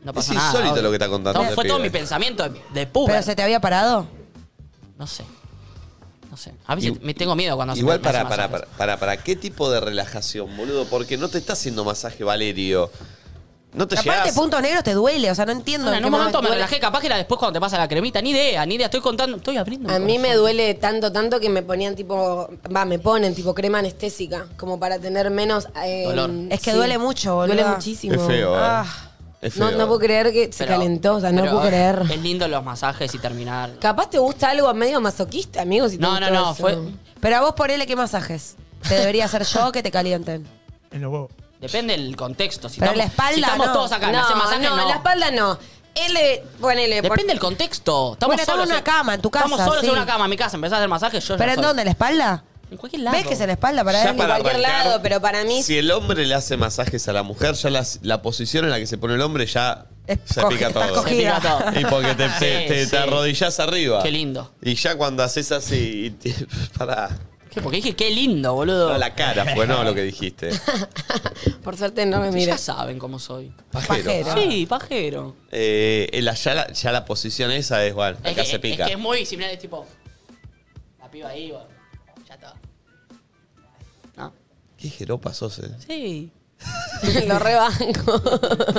B: No
A: Es
B: pasa nada.
A: insólito
B: obvio.
A: lo que está contando.
B: No,
A: este
B: fue todo
A: pibe.
B: mi pensamiento de- de
E: ¿Pero
B: puber.
E: se te había parado?
B: No sé. No sé. A veces me tengo miedo cuando se
A: Igual
B: me hacen
A: para, para, para,
B: masajes.
A: para, para, ¿qué tipo de relajación, boludo? Porque no te está haciendo masaje Valerio. No te
E: Aparte,
A: llegas.
E: puntos negros te duele, o sea, no entiendo.
B: Bueno, en
E: en qué
B: un momento me
E: duele.
B: relajé, capaz que era después cuando te pasa la cremita, ni idea, ni idea, estoy contando, estoy abriendo. mi
C: A mí
B: corazón.
C: me duele tanto, tanto que me ponían tipo, va, me ponen tipo crema anestésica, como para tener menos... eh,
B: Dolor.
E: Es que
C: sí.
E: duele mucho, boludo.
C: Duele muchísimo.
A: Es feo, ¿eh?
E: Ah.
A: Es feo.
C: No, no puedo creer que se
B: Pero-
C: calentó, o sea, no
B: pero
C: puedo creer.
B: Es lindo los masajes y terminar.
C: Capaz te gusta algo medio masoquista, amigo, si te
B: No, no,
C: gusta
B: no,
C: eso.
B: fue.
E: Pero a vos ponele qué masajes. Te debería hacer yo que te calienten.
D: En los huevos.
B: Depende del contexto. Si
E: Pero
B: estamos,
E: la espalda,
B: si estamos
E: no.
B: todos acá, no, hacen masaje, no.
C: en la espalda no. L, Eh, ponele. por-
B: Depende del contexto. Estamos
E: Eh, Bueno, estamos
B: solos
E: en una cama, en tu casa,
B: Estamos solos
E: sí.
B: en una cama, en mi casa. Empezás a hacer masaje, yo
E: ¿Pero
B: ya
E: en
B: soy.
E: dónde? ¿En la espalda?
B: En cualquier lado.
E: ¿Ves que es en la espalda para
A: Ya
E: él?
A: para
C: cualquier
A: arrancar,
C: lado, pero para mí-
A: Si el hombre le hace masajes a la mujer, ya las- la posición en la que se pone el hombre ya
E: Es
A: se
E: coge-
A: pica
E: estás
A: todo.
E: cogido.
B: Mira todo.
A: Y porque te, te,
B: Sí,
A: te-
B: sí.
A: te arrodillás arriba.
B: Qué lindo.
A: Y ya cuando haces así. y te- pará.
B: ¿Qué? Porque dije, qué lindo, boludo.
A: No, la cara fue, no lo que dijiste.
C: Por suerte no me mira.
B: Ya saben cómo soy.
A: Pajero.
E: Pajero.
B: Sí, pajero.
A: Eh, eh, la- ya, la, ya la posición esa es, bueno, acá
B: que,
A: se pica.
B: Es que es muy similar, es tipo. La piba ahí, bueno, ya está. No.
A: Qué jeropa sos, eh.
B: Sí.
C: lo rebanco.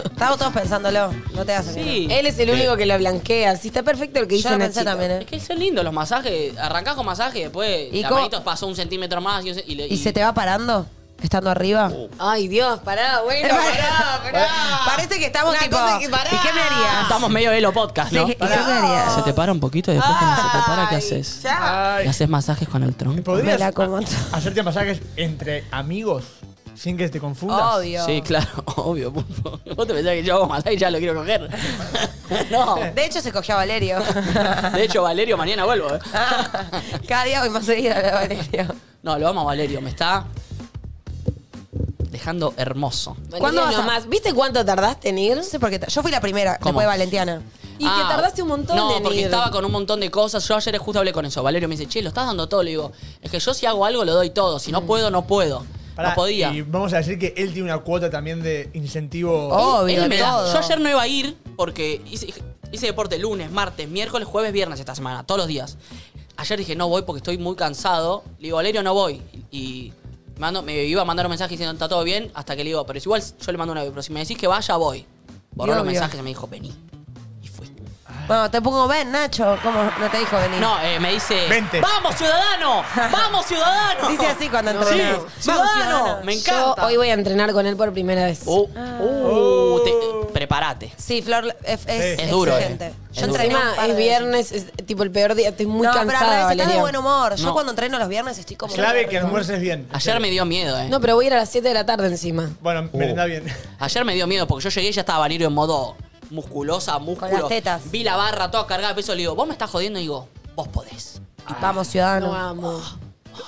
E: Estamos todos pensándolo. No te hagas
B: Sí.
C: Él es el único que lo blanquea. Sí, está perfecto lo que dice
E: Yo lo
C: Nachito.
E: pensé también, ¿eh?
B: Es que son lindos los masajes. Arrancás con masaje, después
E: ¿Y
B: la
E: cómo-
B: manito pasó un centímetro más y, un ce- y le-
E: ¿Y se te va parando? ¿Estando arriba?
A: Uh.
C: Ay, Dios, pará, bueno, pará, pará.
E: Parece que estamos
C: Una
E: tipo.
C: cosa que pará.
E: ¿Y qué me harías?
B: Estamos medio de lo podcast, ¿no?
E: Sí, ¿y qué me harías?
B: Se te para un poquito y después cuando se te para, ¿qué haces?
D: Ay.
B: ¿Le haces masajes con el tronco?
D: ¿Podrías ha- hacerte masajes entre amigos sin que te confundas?
E: Obvio.
B: Sí, claro, obvio, por favor. Vos te pensás que yo hago masaje y ya lo quiero coger. no.
E: De hecho, se cogió a Valerio.
B: De hecho, Valerio, mañana vuelvo. ¿eh?
E: Cada día voy más seguida a Valerio.
B: No, lo amo a Valerio. Me está dejando hermoso.
C: ¿Cuándo vas
E: vas a-
C: más? ¿Viste cuánto tardaste en ir?
E: No sé por qué. ta- Yo fui la primera,
B: ¿Cómo?
E: después de Valentiana.
C: Y que tardaste un montón
B: Ah, No,
C: en
B: porque
C: ir.
B: estaba con un montón de cosas. Yo ayer justo hablé con eso. Valerio me dice, che, lo estás dando todo. Le digo, es que yo si hago algo lo doy todo. Si
C: Mm.
B: no puedo, no puedo.
D: Pará,
B: no podía.
D: Y vamos a decir que él tiene una cuota también de incentivo.
E: Obvio,
B: Él me da-
E: todo.
B: Eh, Yo ayer no iba a ir porque hice, hice deporte lunes, martes, miércoles, jueves, viernes esta semana, todos los días. Ayer dije, no voy porque estoy muy cansado. Le digo, Valerio, no voy. Y, y mando- me iba a mandar un mensaje diciendo, está todo bien, hasta que le digo, pero es igual yo le mando una vez, pero si me decís que vaya, voy. Borró
E: Y
B: los
E: obvio.
B: mensajes y me dijo, vení.
E: Bueno, te pongo Ben, Nacho. ¿Cómo no te dijo venir?
B: No, eh, me dice,
D: Vente.
B: vamos, ciudadano, vamos, ciudadano.
E: Dice así cuando
B: Sí,
E: entrena.
B: ciudadano,
E: Vamos, ciudadano.
B: me
C: Yo
B: encanta.
C: hoy voy a entrenar con él por primera vez.
B: Uh, uh, te- prepárate.
E: Sí, Flor es, es,
B: Es duro, eh.
E: exigente.
B: Es
E: Yo
B: duro.
E: entrené
C: Encima
E: un par de
C: es
E: veces.
C: viernes, es tipo el peor día, estoy muy
E: no, pero al
C: cansada,
E: revés, estás de
C: Valeria.
E: buen humor. Yo
B: No.
E: cuando entreno los viernes estoy como...
D: Clave que almuerces bien.
B: Ayer me dio miedo, eh.
C: No, pero voy a ir a las 7 de la tarde encima.
D: Bueno, merenda bien.
B: Ayer me dio miedo porque yo llegué y ya estaba Valerio en modo musculosa, músculo.
E: Con las tetas.
B: Vi la barra toda cargada de peso. Le digo, vos me estás jodiendo. Y digo, vos podés.
E: Y vamos, ciudadano.
C: Lo amo.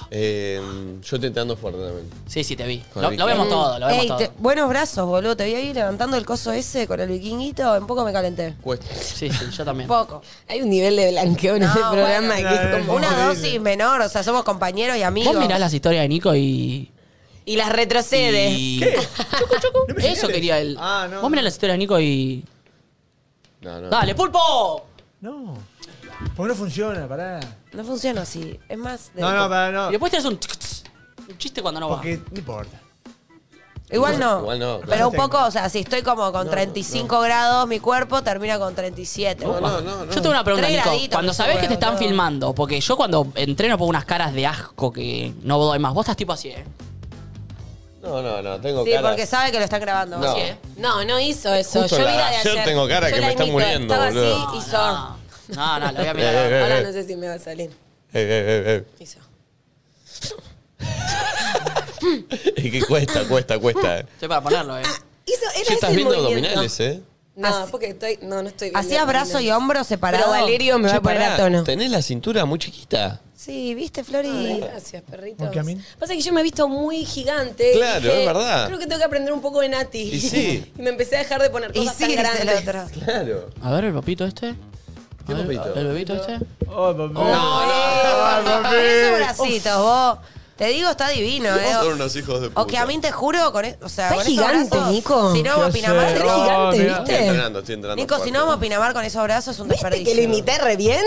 A: Eh, yo te ando fuerte también.
B: Sí, sí, te vi.
A: Con
B: Lo,
A: el
B: lo vemos
A: bikini.
B: todo, lo vemos
E: Ey,
B: todo.
E: te- buenos brazos, boludo. Te voy a ir levantando el coso ese con el vikinguito. En poco me calenté.
A: Cuesta.
B: Sí, sí, yo también.
E: Poco.
C: Hay un nivel de blanqueo en este
E: No,
C: programa
E: bueno,
C: que es como...
E: Una
D: Horrible.
E: dosis menor. O sea, somos compañeros y amigos.
B: Vos mirás las historias de Nico y.
C: Y las retrocede.
B: y-
D: No me
B: Eso
D: señales.
B: quería él.
D: Ah, no.
B: Vos mirás las historias de Nico y.
A: No, no.
B: ¡Dale, pulpo!
D: No. Porque no funciona, pará.
E: No funciona así. Es más... de-
D: No, no, pará, no.
B: Y después tenés un. tsk, tsk, Un chiste cuando no va.
D: Porque no importa.
E: Igual no.
A: Igual no, claro.
E: Pero un poco, o sea, si estoy como con 35 grados, mi cuerpo termina con 37.
A: No, no, no, no.
B: Yo tengo una pregunta,
E: Tres
B: Nico.
E: graditos,
B: Cuando
E: no sé,
B: sabés que te
E: bueno,
B: están
E: no.
B: filmando, porque yo cuando entreno pongo unas caras de asco que no doy más. Vos estás tipo así, ¿eh?
A: No, no, no, tengo
E: Sí,
A: cara.
E: porque sabe que lo están grabando.
A: No.
B: Así, ¿eh?
C: No, no hizo eso.
A: Justo
C: Yo
A: la
C: vi la de
A: de
C: ayer.
A: ayer tengo cara
C: Yo
A: que
C: la
A: me está
C: imito.
A: muriendo,
C: Estaba
A: boludo.
C: así, hizo.
B: Ah, No, no, no, lo voy a mirar. ahora.
A: Eh, eh,
C: Ahora
A: eh.
C: no sé si me va a salir.
A: Eh, eh,
C: Hizo.
A: eh, eh. Es que cuesta, cuesta, cuesta.
B: Estoy para ponerlo, eh.
C: Ah, Hizo, era
A: Che, estás
C: ese
A: viendo
C: movimiento.
A: abdominales, eh.
C: No,
E: Así-
C: porque estoy. No, no estoy viendo.
E: ¿Hacías brazo y
C: abdominales.
E: hombro separado?
C: Pero Valerio me va
A: Che,
C: a poner
A: pará,
C: a tono.
A: Tenés la cintura muy chiquita.
E: Sí, viste,
C: Ay,
E: Flori.
C: Gracias, perritos.
D: ¿Por qué a mí?
C: Pasa que yo me he visto muy gigante. y
A: Claro, es verdad.
C: Creo que tengo que aprender un poco de Nati.
A: Y sí.
C: y me empecé a dejar de poner
E: Y
C: cosas
E: sí,
C: tan
E: dice el
C: grandes.
E: otro.
A: Claro.
B: A ver, el papito este.
A: ¿Qué
B: A ver,
A: papito?
B: ¿El bebito este?
D: Oh, papi.
E: Esos bracitos, vos. Te digo, está divino, eh.
A: Son unos hijos de puta.
E: O que a mí te juro, con e- o sea,
C: Está
E: con esos
C: gigante,
E: brazos,
C: Nico.
E: Si no
D: ¿Qué
E: vamos a Pinamar,
D: haces?
E: te-
D: Oh,
C: gigante,
D: mirá.
A: Estoy
C: ¿viste?
A: entrenando, estoy entrenando.
E: Nico, si
A: fuerte.
E: no vamos a Pinamar con esos brazos es un
C: ¿Viste que
E: desperdicio.
C: lo imité re bien?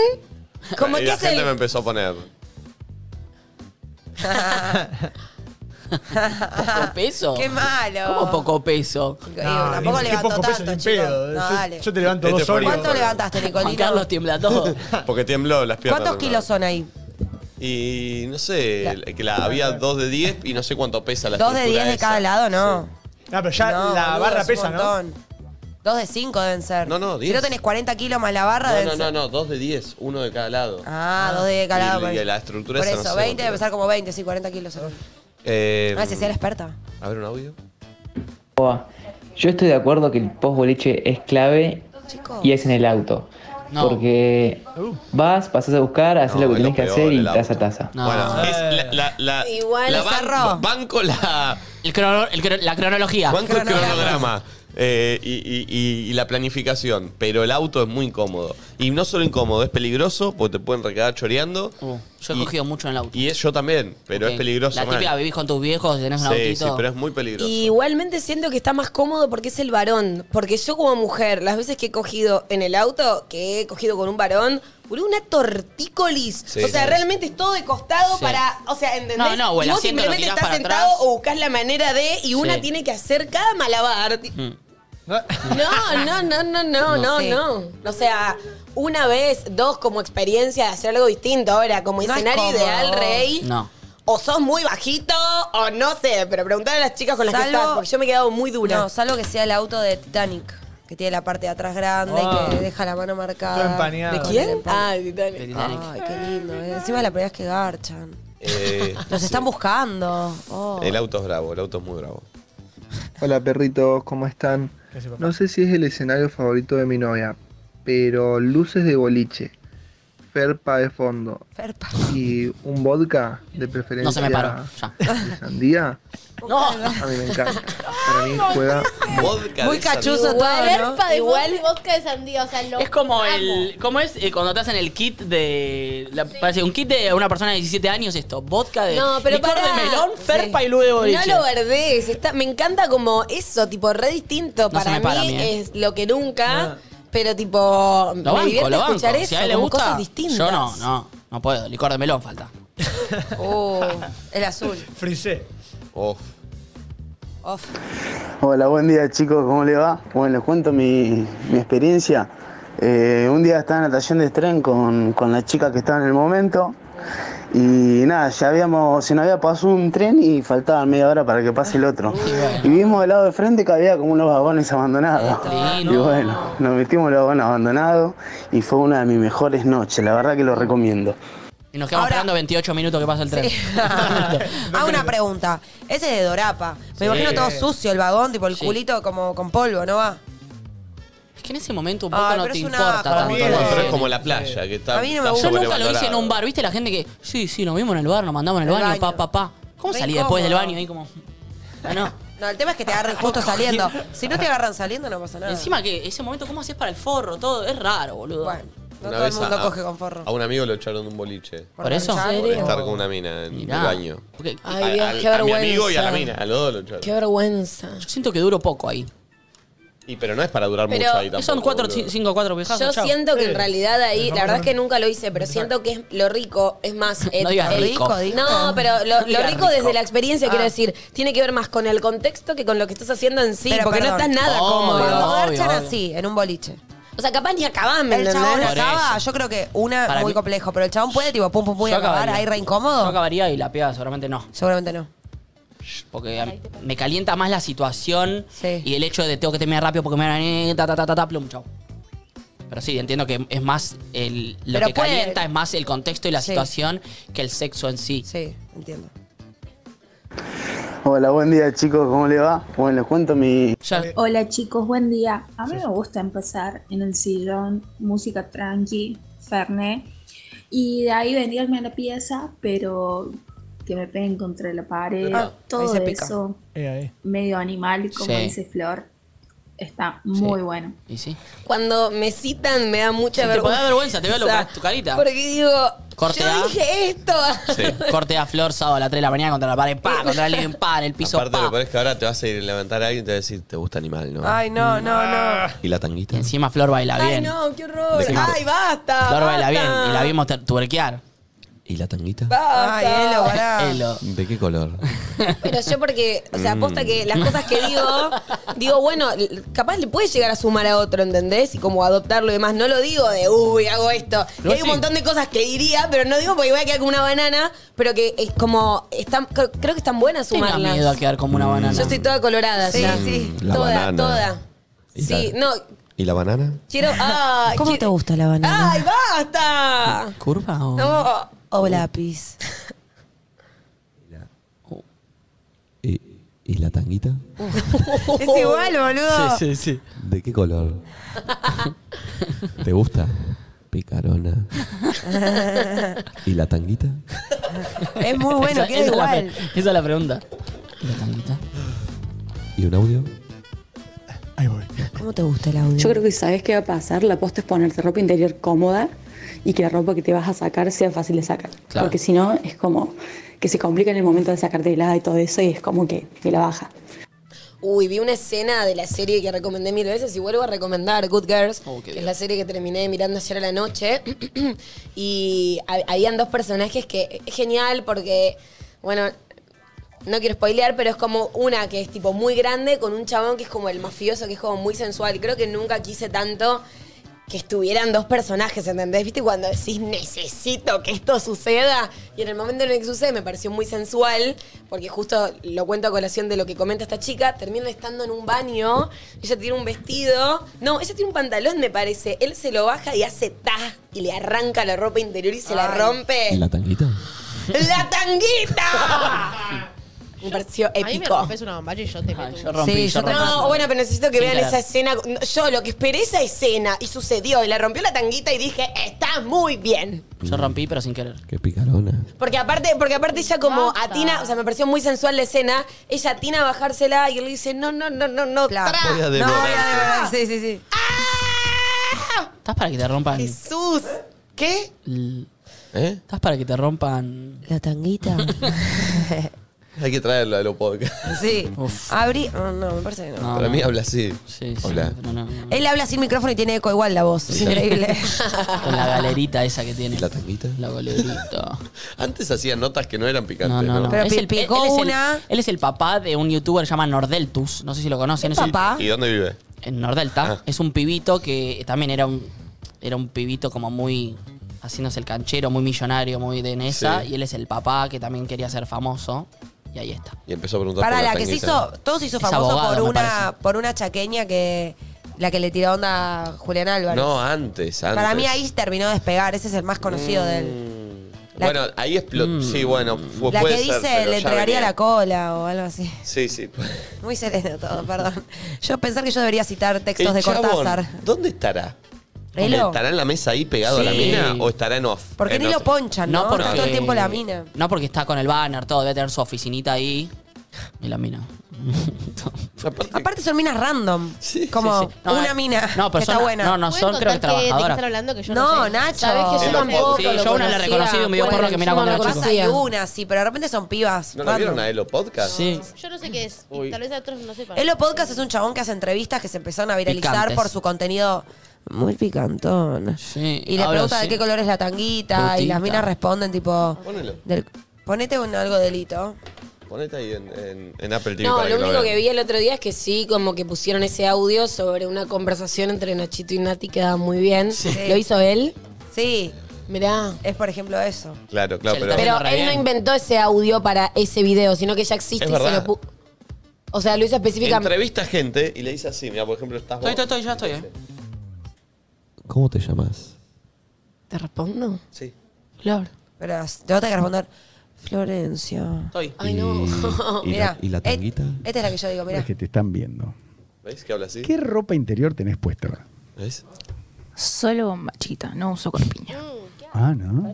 C: Como
A: Y
C: que
A: la
C: es el.
A: gente me empezó a poner.
B: ¿Poco peso?
E: Qué malo.
B: ¿Cómo poco peso?
E: Digo,
D: No,
E: tampoco
D: ni- qué
E: levantó
D: poco peso,
E: tanto,
D: ni
E: chicos.
D: pedo.
E: No,
D: Yo-
E: dale.
D: Yo te levanto
A: Este
D: dos
A: fue
D: horas.
E: ¿Cuánto levantaste,
B: Juan
E: Nicolino?
B: Carlos tiembla todo.
A: Porque tembló las piernas.
E: ¿Cuántos
A: tembló.
E: kilos son ahí?
A: Y no sé, el- que la, había dos de 10 y no sé cuánto pesa la
E: ¿Dos de
A: estructura
E: diez de
A: esa.
E: cada lado? No.
D: No, pero ya
E: No,
D: la
E: boludo,
D: barra
E: es un
D: pesa, ¿no?
E: montón. Dos de cinco deben ser.
A: No, no,
E: Si
A: diez.
E: no tenés 40 kilos más la barra,
A: No,
E: deben
A: no, no,
E: ser.
A: no, dos de 10, uno de cada lado.
E: Ah, dos de cada lado.
A: Y- y la estructura
E: Por
A: esa
E: eso,
A: no sé
E: 20
A: cuánto
E: debe
A: es.
E: pesar como 20, sí, 40 kilos.
A: Eh,
E: Gracias, sea la experta.
A: A ver un audio.
O: Yo estoy de acuerdo que el post boliche es clave
E: Chicos.
O: y es en el auto.
B: No.
O: Porque
D: Uh,
O: vas, pasás a buscar, haces
A: No,
O: lo que
A: es
O: tenés
A: lo
O: que
A: peor,
O: hacer y
A: el auto.
O: taza a taza.
B: No.
A: Bueno, es la, la, la,
C: Igual
A: la
C: se
A: ban-
E: cerró.
A: banco la
B: El crono- el cro- la cronología.
A: banco el
E: Cronograma.
A: cronograma eh, y, y- y- y la planificación, pero el auto es muy incómodo. Y no solo incómodo, es peligroso porque te pueden recagar choreando.
B: Uh, yo he
A: Y-
B: cogido mucho en el auto.
A: Y es yo también, pero
B: Ok.
A: es peligroso.
B: La
A: mal.
B: típica, vivís con tus viejos, tenés un
A: Sí, sí,
B: autito.
A: pero es muy peligroso.
C: Y igualmente siento que está más cómodo porque es el varón. Porque yo como mujer, las veces que he cogido en el auto, que he cogido con un varón, boludo, una tortícolis.
B: Sí,
C: o sea,
B: sí.
C: realmente es todo de costado
B: Sí.
C: para. O sea, ¿entendés?
B: No, no, o el
C: y vos
B: asiento lo
C: simplemente
B: tirás
C: estás
B: para
C: sentado
B: atrás.
C: o buscas la manera de. Y una
B: Sí.
C: tiene que hacer cada malabar. No, no, no, no, no,
E: No
C: no,
E: sé.
C: no. O sea, una vez, dos, como experiencia de hacer algo distinto. Ahora, como
E: No es
C: escenario
E: cómodo.
C: ideal, rey.
B: No.
C: O sos muy bajito, o no sé, pero preguntar a las chicas con las que
E: Salvo-
C: estás, porque yo me he quedado muy dura.
E: No, salvo que sea el auto de Titanic, que tiene la parte de atrás grande
C: Ah.
E: y que deja la mano marcada.
C: Todo empañado. ¿De quién? Ah, de Titanic.
E: Ay, qué lindo. eh. Encima es la primera vez que garchan.
A: Eh,
E: Los están buscando. Oh.
A: el auto es bravo, el auto es muy bravo.
L: Hola perritos, ¿cómo están? No sé si es el escenario favorito de mi novia, pero luces de boliche, ferpa de fondo y un vodka de preferencia
B: No se me paró,
L: de sandía.
B: No.
L: A mí me encanta. Para mí juega
A: vodka
E: Muy cachuzo
F: Igual,
E: todo,
F: herpa de
B: Igual-
F: vodka y vodka de sandía, o sea, lo
B: Es como
F: amo.
B: el. ¿Cómo es Eh, cuando te hacen el kit de. la- Parece un kit de una persona de 17 años esto. Vodka de.
C: No, pero
B: licor
C: pará.
B: de melón, ferpa
C: Sí.
B: y luego de boliche.
C: No lo verdes, está, me encanta como eso, tipo, re distinto.
B: No se
C: para,
B: me para a
C: mí
B: mí, ¿eh?
C: es lo que
E: Ah.
C: nunca, pero tipo,
B: Lo
C: me
B: banco,
C: divierte
B: lo banco.
C: escuchar eso,
B: si a él le
C: como
B: gusta.
C: cosas distintas.
B: Yo no, no. No puedo. Licor de melón falta.
E: Oh, el azul.
D: Frisé.
A: Oh.
E: Off.
P: Hola, buen día Eh, chicos, ¿cómo le va? Bueno, les cuento mi, mi experiencia. Eh, un día estaba en la estación de tren con, con la chica que estaba en el momento y nada, ya habíamos, se nos había pasado un tren y faltaba media hora para que pase el otro. Y vimos del lado de frente que había como unos vagones abandonados. Y bueno, nos metimos en los vagones abandonados y fue una de mis mejores noches, la verdad que lo recomiendo.
B: Y nos quedamos esperando 28 minutos que pasa el tren.
E: Hago Ah, una pregunta. Ese es de Dorapa. Me
B: Sí.
E: imagino todo sucio el vagón, tipo el
B: Sí.
E: culito como con polvo, ¿no va?
B: Es que en ese momento un
E: Ay,
B: poco no
E: pero
B: te
E: es una-
B: importa
E: para
B: tanto.
E: mí
A: Bueno,
B: ¿no?
A: pero es como la playa, que está.
E: A mí no
A: está
E: me gusta.
B: Yo nunca lo hice en
A: sobrevalorada.
B: un bar. ¿Viste la gente que. Sí, sí, nos vimos en el bar, nos mandamos en el
E: El
B: baño,
E: baño.
B: pa, pa, pa. ¿Cómo
E: Re
B: salí después del
E: incómodo.
B: baño? Ahí como. Ah, no.
E: No, el tema es que te agarren justo saliendo. Si no te agarran saliendo, no pasa nada.
B: Encima que ese momento, ¿cómo haces para el forro? Todo es raro, boludo. Bueno,
A: Una
E: no todo el
A: vez
E: mundo
A: a-
E: coge con forro.
A: A un amigo lo echaron de un boliche.
B: ¿Por ¿Por eso? manchar?
A: Por estar con una mina en
B: Mirá.
A: el baño.
B: Porque-
C: Ay,
A: A-
C: Dios,
A: al-
C: qué
A: a mi amigo y a la
C: vergüenza.
A: mina, a los dos lo echaron.
C: Qué vergüenza.
B: Yo siento que duro poco ahí.
A: Y pero no es para durar
C: Pero
A: mucho ahí
B: Son
A: tampoco.
B: cuatro,
A: boludo.
B: ci- cinco, cuatro viejas.
C: Yo
B: chao.
C: siento que en realidad
B: Nos
C: ahí, la verdad
B: vamos
C: es que nunca lo hice, pero siento que es lo rico es más... eh,
B: digas
C: eh,
B: rico.
C: No, pero lo,
B: No
C: lo
B: digas rico.
C: rico desde la experiencia, quiero
B: Ah.
C: decir, tiene que ver más con el contexto que con lo que estás haciendo en sí,
E: Pero
C: porque no
E: perdón.
C: estás nada
E: Obvio,
C: cómodo.
E: Cuando garchan así, en un boliche.
C: O sea, capaz ni acabás, ¿me
E: El chabón
C: entendés?
E: acaba, yo creo que una
B: Para
E: muy
B: mí-
E: complejo, pero el chabón puede tipo pum pum pum y
B: Yo
E: acabar
B: acabaría.
E: ahí re
B: Yo
E: incómodo.
B: acabaría y la pegada seguramente no.
E: Seguramente no.
B: Porque a- me calienta más la situación y el hecho de tengo que terminar rápido porque me van a... eh, Ta, ta, ta, ta, ta, plum, chau. Pero sí, entiendo que es más el, lo
E: Pero
B: que
E: puede-
B: calienta, es más el contexto y la
E: Sí.
B: situación que el sexo en sí.
E: Sí, entiendo.
P: Hola, buen día chicos, ¿cómo le va? Bueno, les cuento mi...
Q: Hola chicos, buen día. A mí me gusta empezar en el sillón, música tranqui, fernet, y de ahí venirme a la pieza, pero que me peguen contra la pared,
F: Ah, ahí
Q: todo
F: se pica.
Q: eso
D: Eh, ahí.
Q: medio animal, como
B: Sí.
Q: dice Flor, está muy
B: Sí.
Q: bueno.
B: ¿Y sí?
C: Cuando me citan me da
B: Sí,
C: mucha
B: te
C: vergüenza.
B: da vergüenza, te veo lo- tu carita.
C: Porque digo,
B: Corte
C: yo
B: A.
C: dije esto.
B: Corte a flor sábado a las 3 de la mañana contra la pared, pa, contra alguien, pa, en el piso,
A: Aparte,
B: pa.
A: lo peor es que ahora te vas a ir a levantar a alguien y te va a decir, te gusta animal, ¿no?
E: no, no, no.
A: Y la tanguita.
B: encima Flor baila
C: Ay,
B: bien.
C: no, qué horror.
B: Decime.
C: Ay, basta.
B: Flor baila
C: basta.
B: bien y la vimos ter- tuerquear. Eh,
A: ¿Y la tanguita?
C: Basta.
E: Ay, Elo, pará.
B: Elo.
A: ¿De qué color?
C: Pero yo porque, o sea,
A: Mm.
C: aposta que las cosas que digo, digo, bueno, l- capaz le puede llegar a sumar a otro, ¿entendés? Y como adoptarlo y demás. No lo digo de, uy, hago esto. Y
B: No,
C: hay un
B: sí.
C: montón de cosas que diría, pero no digo porque voy a quedar como una banana, pero que es como, están, cre- creo que están buenas
B: Tenga
C: sumarlas.
B: miedo a quedar como una banana.
C: Yo estoy toda colorada,
E: Sí,
C: ya.
E: sí.
A: La
C: toda,
A: banana.
C: toda.
A: Y
C: Sí,
A: la-
C: no,
A: ¿Y la banana?
C: quiero. ah,
E: ¿Cómo te gusta la banana?
C: ¡Ay, basta!
B: ¿Curva o...?
C: No.
E: O lápiz.
A: ¿Y, y la tanguita?
C: Oh.
E: Es igual, boludo.
B: Sí, sí, sí.
A: ¿De qué color? ¿Te gusta? Picarona. ¿Y la tanguita?
E: Es muy Uh, bueno,
B: Esa-
E: queda
B: esa es la pre-
E: igual.
B: esa es la pregunta. ¿La tanguita?
A: ¿Y un audio?
E: ¿Cómo te gusta el audio?
R: Yo creo que sabes qué va a pasar. La posta es ponerte ropa interior cómoda y que la ropa que te vas a sacar sea fácil de sacar.
B: Claro.
R: Porque si no, es como que se complica en el momento de sacarte helada y todo eso y es como que, que la baja.
C: Uy, vi una escena de la serie que recomendé mil veces y vuelvo a recomendar Good Girls, que es
B: bien.
C: la serie que terminé mirando ayer a la noche. y ha- habían dos personajes que eh, es genial porque, bueno, no quiero spoilear, pero es como una que es tipo muy grande con un chabón que es como el mafioso, que es como muy sensual. Creo que nunca quise tanto que estuvieran dos personajes, ¿entendés? ¿Viste? Cuando decís, necesito que esto suceda. Y en el momento en el que sucede me pareció muy sensual, porque justo lo cuento a colación de lo que comenta esta chica, termina estando en un baño, ella tiene un vestido, no, ella tiene un pantalón, me parece, él se lo baja y hace ta, y le arranca la ropa interior y se la rompe.
G: ¿La tanguita?
C: ¡La tanguita! Me pareció
F: A mí me
C: épico.
F: rompes una bombacha y yo te meto. un-
C: Sí, yo
B: rompí.
C: No, bueno, pero necesito que
B: Sin
C: vean
B: querer.
C: esa escena. No, Yo lo que esperé esa escena y sucedió y la rompió la tanguita y dije, está muy bien.
B: Yo rompí, pero sin querer.
G: Qué picarona.
C: Porque aparte, porque aparte ella como atina, o sea, me pareció muy sensual la escena, ella atina a bajársela y él le dice, no, no, no, no, no, tra.
G: Voy a devorar.
C: No, voy a devorar,
E: sí, sí, sí.
B: ¿Estás para que te rompan?
C: Jesús, ¿qué?
B: l-
A: ¿Eh?
B: ¿Estás para que te rompan?
E: La tanguita.
A: Hay que traerlo a los podcasts.
E: Sí. Abrí. oh, no, me parece que no.
A: Para mí habla así. Hola.
E: Él habla sin micrófono y tiene eco igual la voz. Es increíble.
B: Con la galerita esa que tiene.
A: ¿La tanguita?
B: La galerita.
A: Antes hacía notas que no eran picantes,
B: No,
A: ¿no?
B: no, no.
E: Pero
B: Es
E: pi-
B: el-
E: picó
B: él es el-
E: una.
B: él es el papá de un youtuber llamado Nordeltus. No sé si lo conocen.
E: ¿Es
B: es el-
E: papá?
A: ¿Y dónde vive?
B: en Nordelta. Es un pibito que también era un, era un pibito como muy haciéndose el canchero, muy millonario, muy de Nesa.
A: Sí.
B: Y él es el papá que también quería ser famoso. Y ahí está.
A: Y empezó a preguntar
E: Para
A: por la,
E: la que se
A: tanguita.
E: hizo. Todo se hizo
B: Es
E: famoso
B: abogado,
E: por
B: me
E: una, por una chaqueña que. La que le tiró onda a Julián Álvarez.
A: No, antes, antes.
E: Para mí ahí terminó de despegar. Ese es el más conocido de él. La
A: bueno, ahí explotó.
B: Mm.
A: Sí, bueno, fu-
E: La
A: puede
E: que dice
A: ser, pero
E: le
A: ya
E: entregaría
A: venía.
E: la cola o algo así.
A: Sí, sí. pues.
E: Muy sereno todo, perdón. Yo pensar que yo debería citar textos
A: El
E: de
A: chabón,
E: Cortázar.
A: ¿Dónde estará?
E: Elo.
A: ¿Estará en la mesa ahí pegado a la
B: Sí.
A: mina o estará en off?
E: Porque
A: En
E: ni lo
A: off.
E: ponchan, ¿no?
B: No, porque-
E: Está todo el tiempo la mina.
B: No porque está con el banner, todo. Debe tener su oficinita ahí. Y la mina.
E: Aparte son minas random. como
B: sí, sí. No,
E: una
B: eh,
E: mina
B: no, pero
E: que está
B: son-
E: buena.
B: no, no,
F: ¿Pueden
B: son creo que
F: contar qué- de qué
B: trabajadoras.
F: están hablando que yo no,
E: No,
F: sé?
E: Nacho.
C: Sabés que yo
A: En los tampoco
B: Sí, yo una la reconocí de un video porno que miraba cuando era chico.
E: Pasa y una, sí, pero de repente son pibas.
A: ¿No lo
E: random.
A: vieron a Elo Podcast?
B: Sí.
F: Yo no sé qué es. y Tal vez a otros no sepan.
E: Elo Podcast es un chabón que hace entrevistas que se empezaron a viralizar
B: Picantes.
E: por su contenido muy picantón.
B: Sí,
E: Y le
B: hablo,
E: pregunta de
B: sí.
E: qué color es la tanguita y
B: Putita.
E: las minas responden tipo...
A: Ponelo.
E: del- ponete un, algo delito.
A: Ponete ahí en, en- en Apple TV.
C: No,
A: para
C: lo
A: que
C: único
A: vean.
C: que vi el otro día es que sí, como que pusieron ese audio sobre una conversación entre Nachito y Nati que daba muy bien. ¿Lo hizo él?
E: Sí,
C: Mirá.
E: es por ejemplo eso.
A: Claro, claro,
B: Se le
A: pero.
B: está
C: Pero
B: re
C: él no
B: bien.
C: inventó ese audio para ese video, sino que ya existe
A: Es
C: y se
A: verdad.
C: lo pu- O sea, lo hizo específicamente.
A: Entrevista a gente y le dice así, mira, por ejemplo, estás vos.
B: Estoy, estoy, estoy, ya estoy, eh.
G: ¿Cómo te llamas?
C: ¿Te respondo?
A: Sí.
C: Flor.
E: Pero yo tengo que responder, Florencia.
B: Estoy.
C: Ay, no. Eh,
S: ¿Y, y
E: Mirá,
S: la, y la
E: et-
S: tanguita?
E: Esta es la que yo digo, mira.
S: Es que te están viendo.
A: ¿Ves que habla así?
S: ¿Qué ropa interior tenés puesta?
A: ¿Ves?
T: Solo bombachita, no uso corpiña.
U: Mm,
S: Ah, ¿no?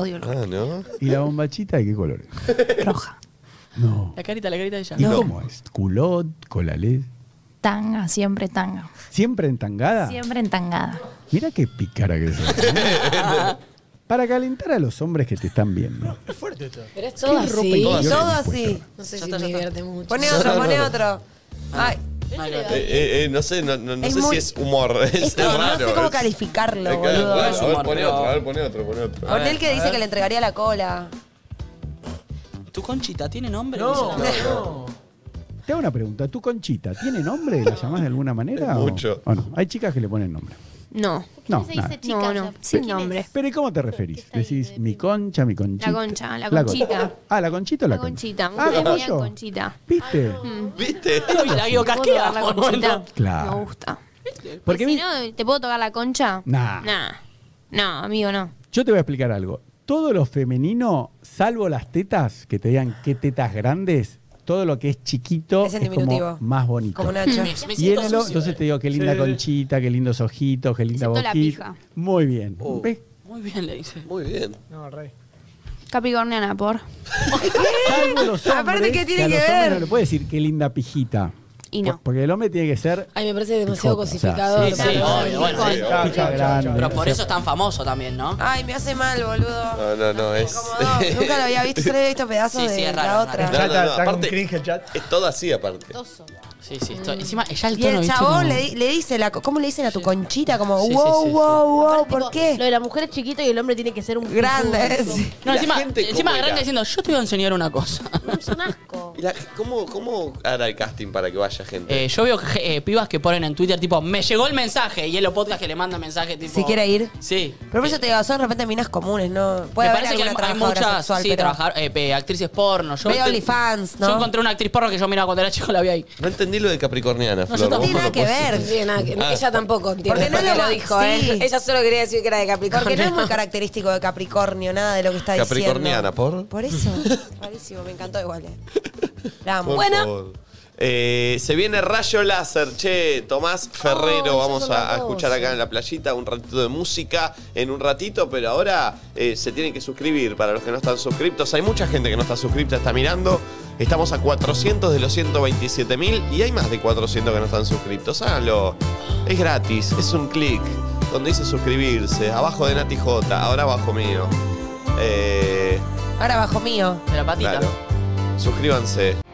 T: Odio lo
A: Ah, ¿no?
S: ¿Y la bombachita de qué color? es?
T: roja.
S: No.
B: La carita, la carita de ella.
S: ¿Y cómo es? ¿Culot? ¿Colalés?
T: Tanga, siempre tanga.
S: ¿Siempre entangada?
T: Siempre entangada.
S: Mira qué picara que es. Para calentar a los hombres que te están viendo.
C: Pero es todo
S: ropa
C: así.
S: interior
E: Todo
S: tenés
E: así.
S: puesta?
C: No sé si me divierte mucho.
E: Pone otro, pone otro. Ay,
A: Eh, eh, eh, no sé, no, no- no
E: Es
A: sé
E: muy-
A: si es humor. Es,
E: es que
A: es
E: no
A: raro.
E: sé cómo
A: es-
E: calificarlo,
A: es claro,
E: boludo. Ah.
A: claro.
B: Es
A: A ver,
B: humor,
A: pone
B: pero-
A: otro, a ver, pone otro, pone otro.
E: Pon el que
B: a
E: dice
B: ver.
E: que le entregaría la cola.
B: ¿Tu conchita tiene nombre?
D: No, no.
S: Te hago una pregunta. ¿Tu conchita tiene nombre? ¿La llamás de alguna manera?
A: Es
S: o-
A: mucho.
S: o no? Hay chicas que le ponen nombre.
U: No.
S: No, se dice nada.
U: no, no, sin nombre.
S: Pero ¿y cómo te referís? ¿Decís mi concha, mi conchita?
U: La concha, la
S: con-
U: conchita.
S: Ah, la conchita o la,
U: La conchita,
S: Ah,
U: mujeres me digan
S: caballo.
U: conchita.
S: ¿Viste?
A: ¿Viste?
B: La guido
U: ¿Te puedo
B: casquea.
U: tocar la conchita?
S: Claro.
U: Me gusta.
S: Porque
U: si
S: vi-
U: no, ¿te puedo tocar la concha?
S: Nah.
U: Nah. No, amigo, no.
S: Yo te voy a explicar algo. Todo lo femenino, salvo las tetas, que te digan qué tetas grandes, todo lo que es chiquito
E: Es
S: es,
E: en
S: como
E: diminutivo.
S: más bonito.
E: Como Nacho. Me- me
S: y en
E: siento
S: el,
E: sucio.
S: entonces te digo qué linda
E: Sí.
S: conchita, qué lindos ojitos, qué linda
U: Excepto la
S: boquita.
U: pija.
S: Muy bien.
A: Oh.
S: ¿Ves?
B: Muy bien, le dice.
A: Muy bien.
D: No, rey.
U: Capricorniana, por.
S: Salvo los hombres,
U: Aparte, ¿qué tiene
S: a
U: que
S: los hombres
U: ver?
S: No le puede decir qué linda pijita.
U: Y no.
S: Porque el hombre tiene que ser.
C: Ay, me parece demasiado
S: pijota, o sea,
C: cosificador.
B: Sí, sí, obvio, bueno, sí.
S: Chau, chau, grande.
B: Pero por eso es tan famoso también, ¿no?
E: Ay, me hace mal, boludo.
A: No, no, no, es.
E: Nunca lo había visto, solo había visto pedazos
B: Sí,
E: de
B: sí, es
E: la
B: raro,
E: otra.
A: No, no, no,
D: está con
A: aparte, Es todo así, aparte.
B: Sí, sí, estoy- encima ya el
E: Mm. Y
B: tono,
E: el
B: ¿viste?
E: chabón
B: Como-
E: le, di- le dice, la, co- ¿cómo le dicen a tu conchita? Como,
B: Sí, sí,
E: wow,
B: sí, sí.
E: wow, wow, ¿por qué?
F: Lo de la mujer es chiquito y el hombre tiene que ser un
E: Grande,
F: pijudo.
E: sí.
B: No,
A: La
B: encima,
A: gente, ¿cómo
B: encima
A: era?
B: grande diciendo, yo te voy a enseñar una cosa.
A: Y la- ¿Cómo, ¿Cómo hará el casting para que vaya gente?
B: Eh, yo veo que, eh, pibas que ponen en Twitter tipo, me llegó el mensaje, y en los podcasts que le mandan mensaje tipo.
E: Si quiere ir.
B: Sí.
E: Pero por eso te digo, son de repente minas comunes, ¿no? Puede
B: Me
E: haber
B: parece que hay,
E: alguna
B: hay
E: trabajadora
B: muchas
E: sexual,
B: sí,
E: pero-
B: trabajar- eh, pe- actrices porno. Yo
E: Medio
B: te-
E: OnlyFans, ¿no?
B: Yo encontré una actriz porno que yo miraba cuando era chico, la vi ahí.
A: No entendí lo de Capricorniana,
B: No, yo
A: Flor.
B: tampoco.
A: ¿Vos
B: Tiene
A: me lo
B: nada que
A: podés
B: ver.
A: decir?
C: Tiene nada que-
A: Ah.
C: Ella tampoco entiende
E: Porque no
C: por qué
E: lo-
C: lo dijo,
E: sí.
C: ¿eh? Ella solo quería decir que era de Capricornio.
E: Porque no es muy característico de Capricornio nada de lo que está
A: Capricorniana, ¿por?
E: diciendo. Por eso, rarísimo, me encantó igual. eh. La amo.
A: Por favor. Eh, se viene Rayo Láser, che, Tomás Ferrero. Vamos a, a escuchar acá en la playita un ratito de música en un ratito, pero ahora eh, se tienen que suscribir para los que no están suscriptos. Hay mucha gente que no está suscripta, está mirando. Estamos a 400 de los 127 mil y hay más de 400 que no están suscriptos. Háganlo. Es gratis, es un clic donde dice suscribirse. Abajo de Nati J, ahora abajo mío. Eh,
E: Ahora bajo mío.
B: De la patita.
A: claro. Suscríbanse.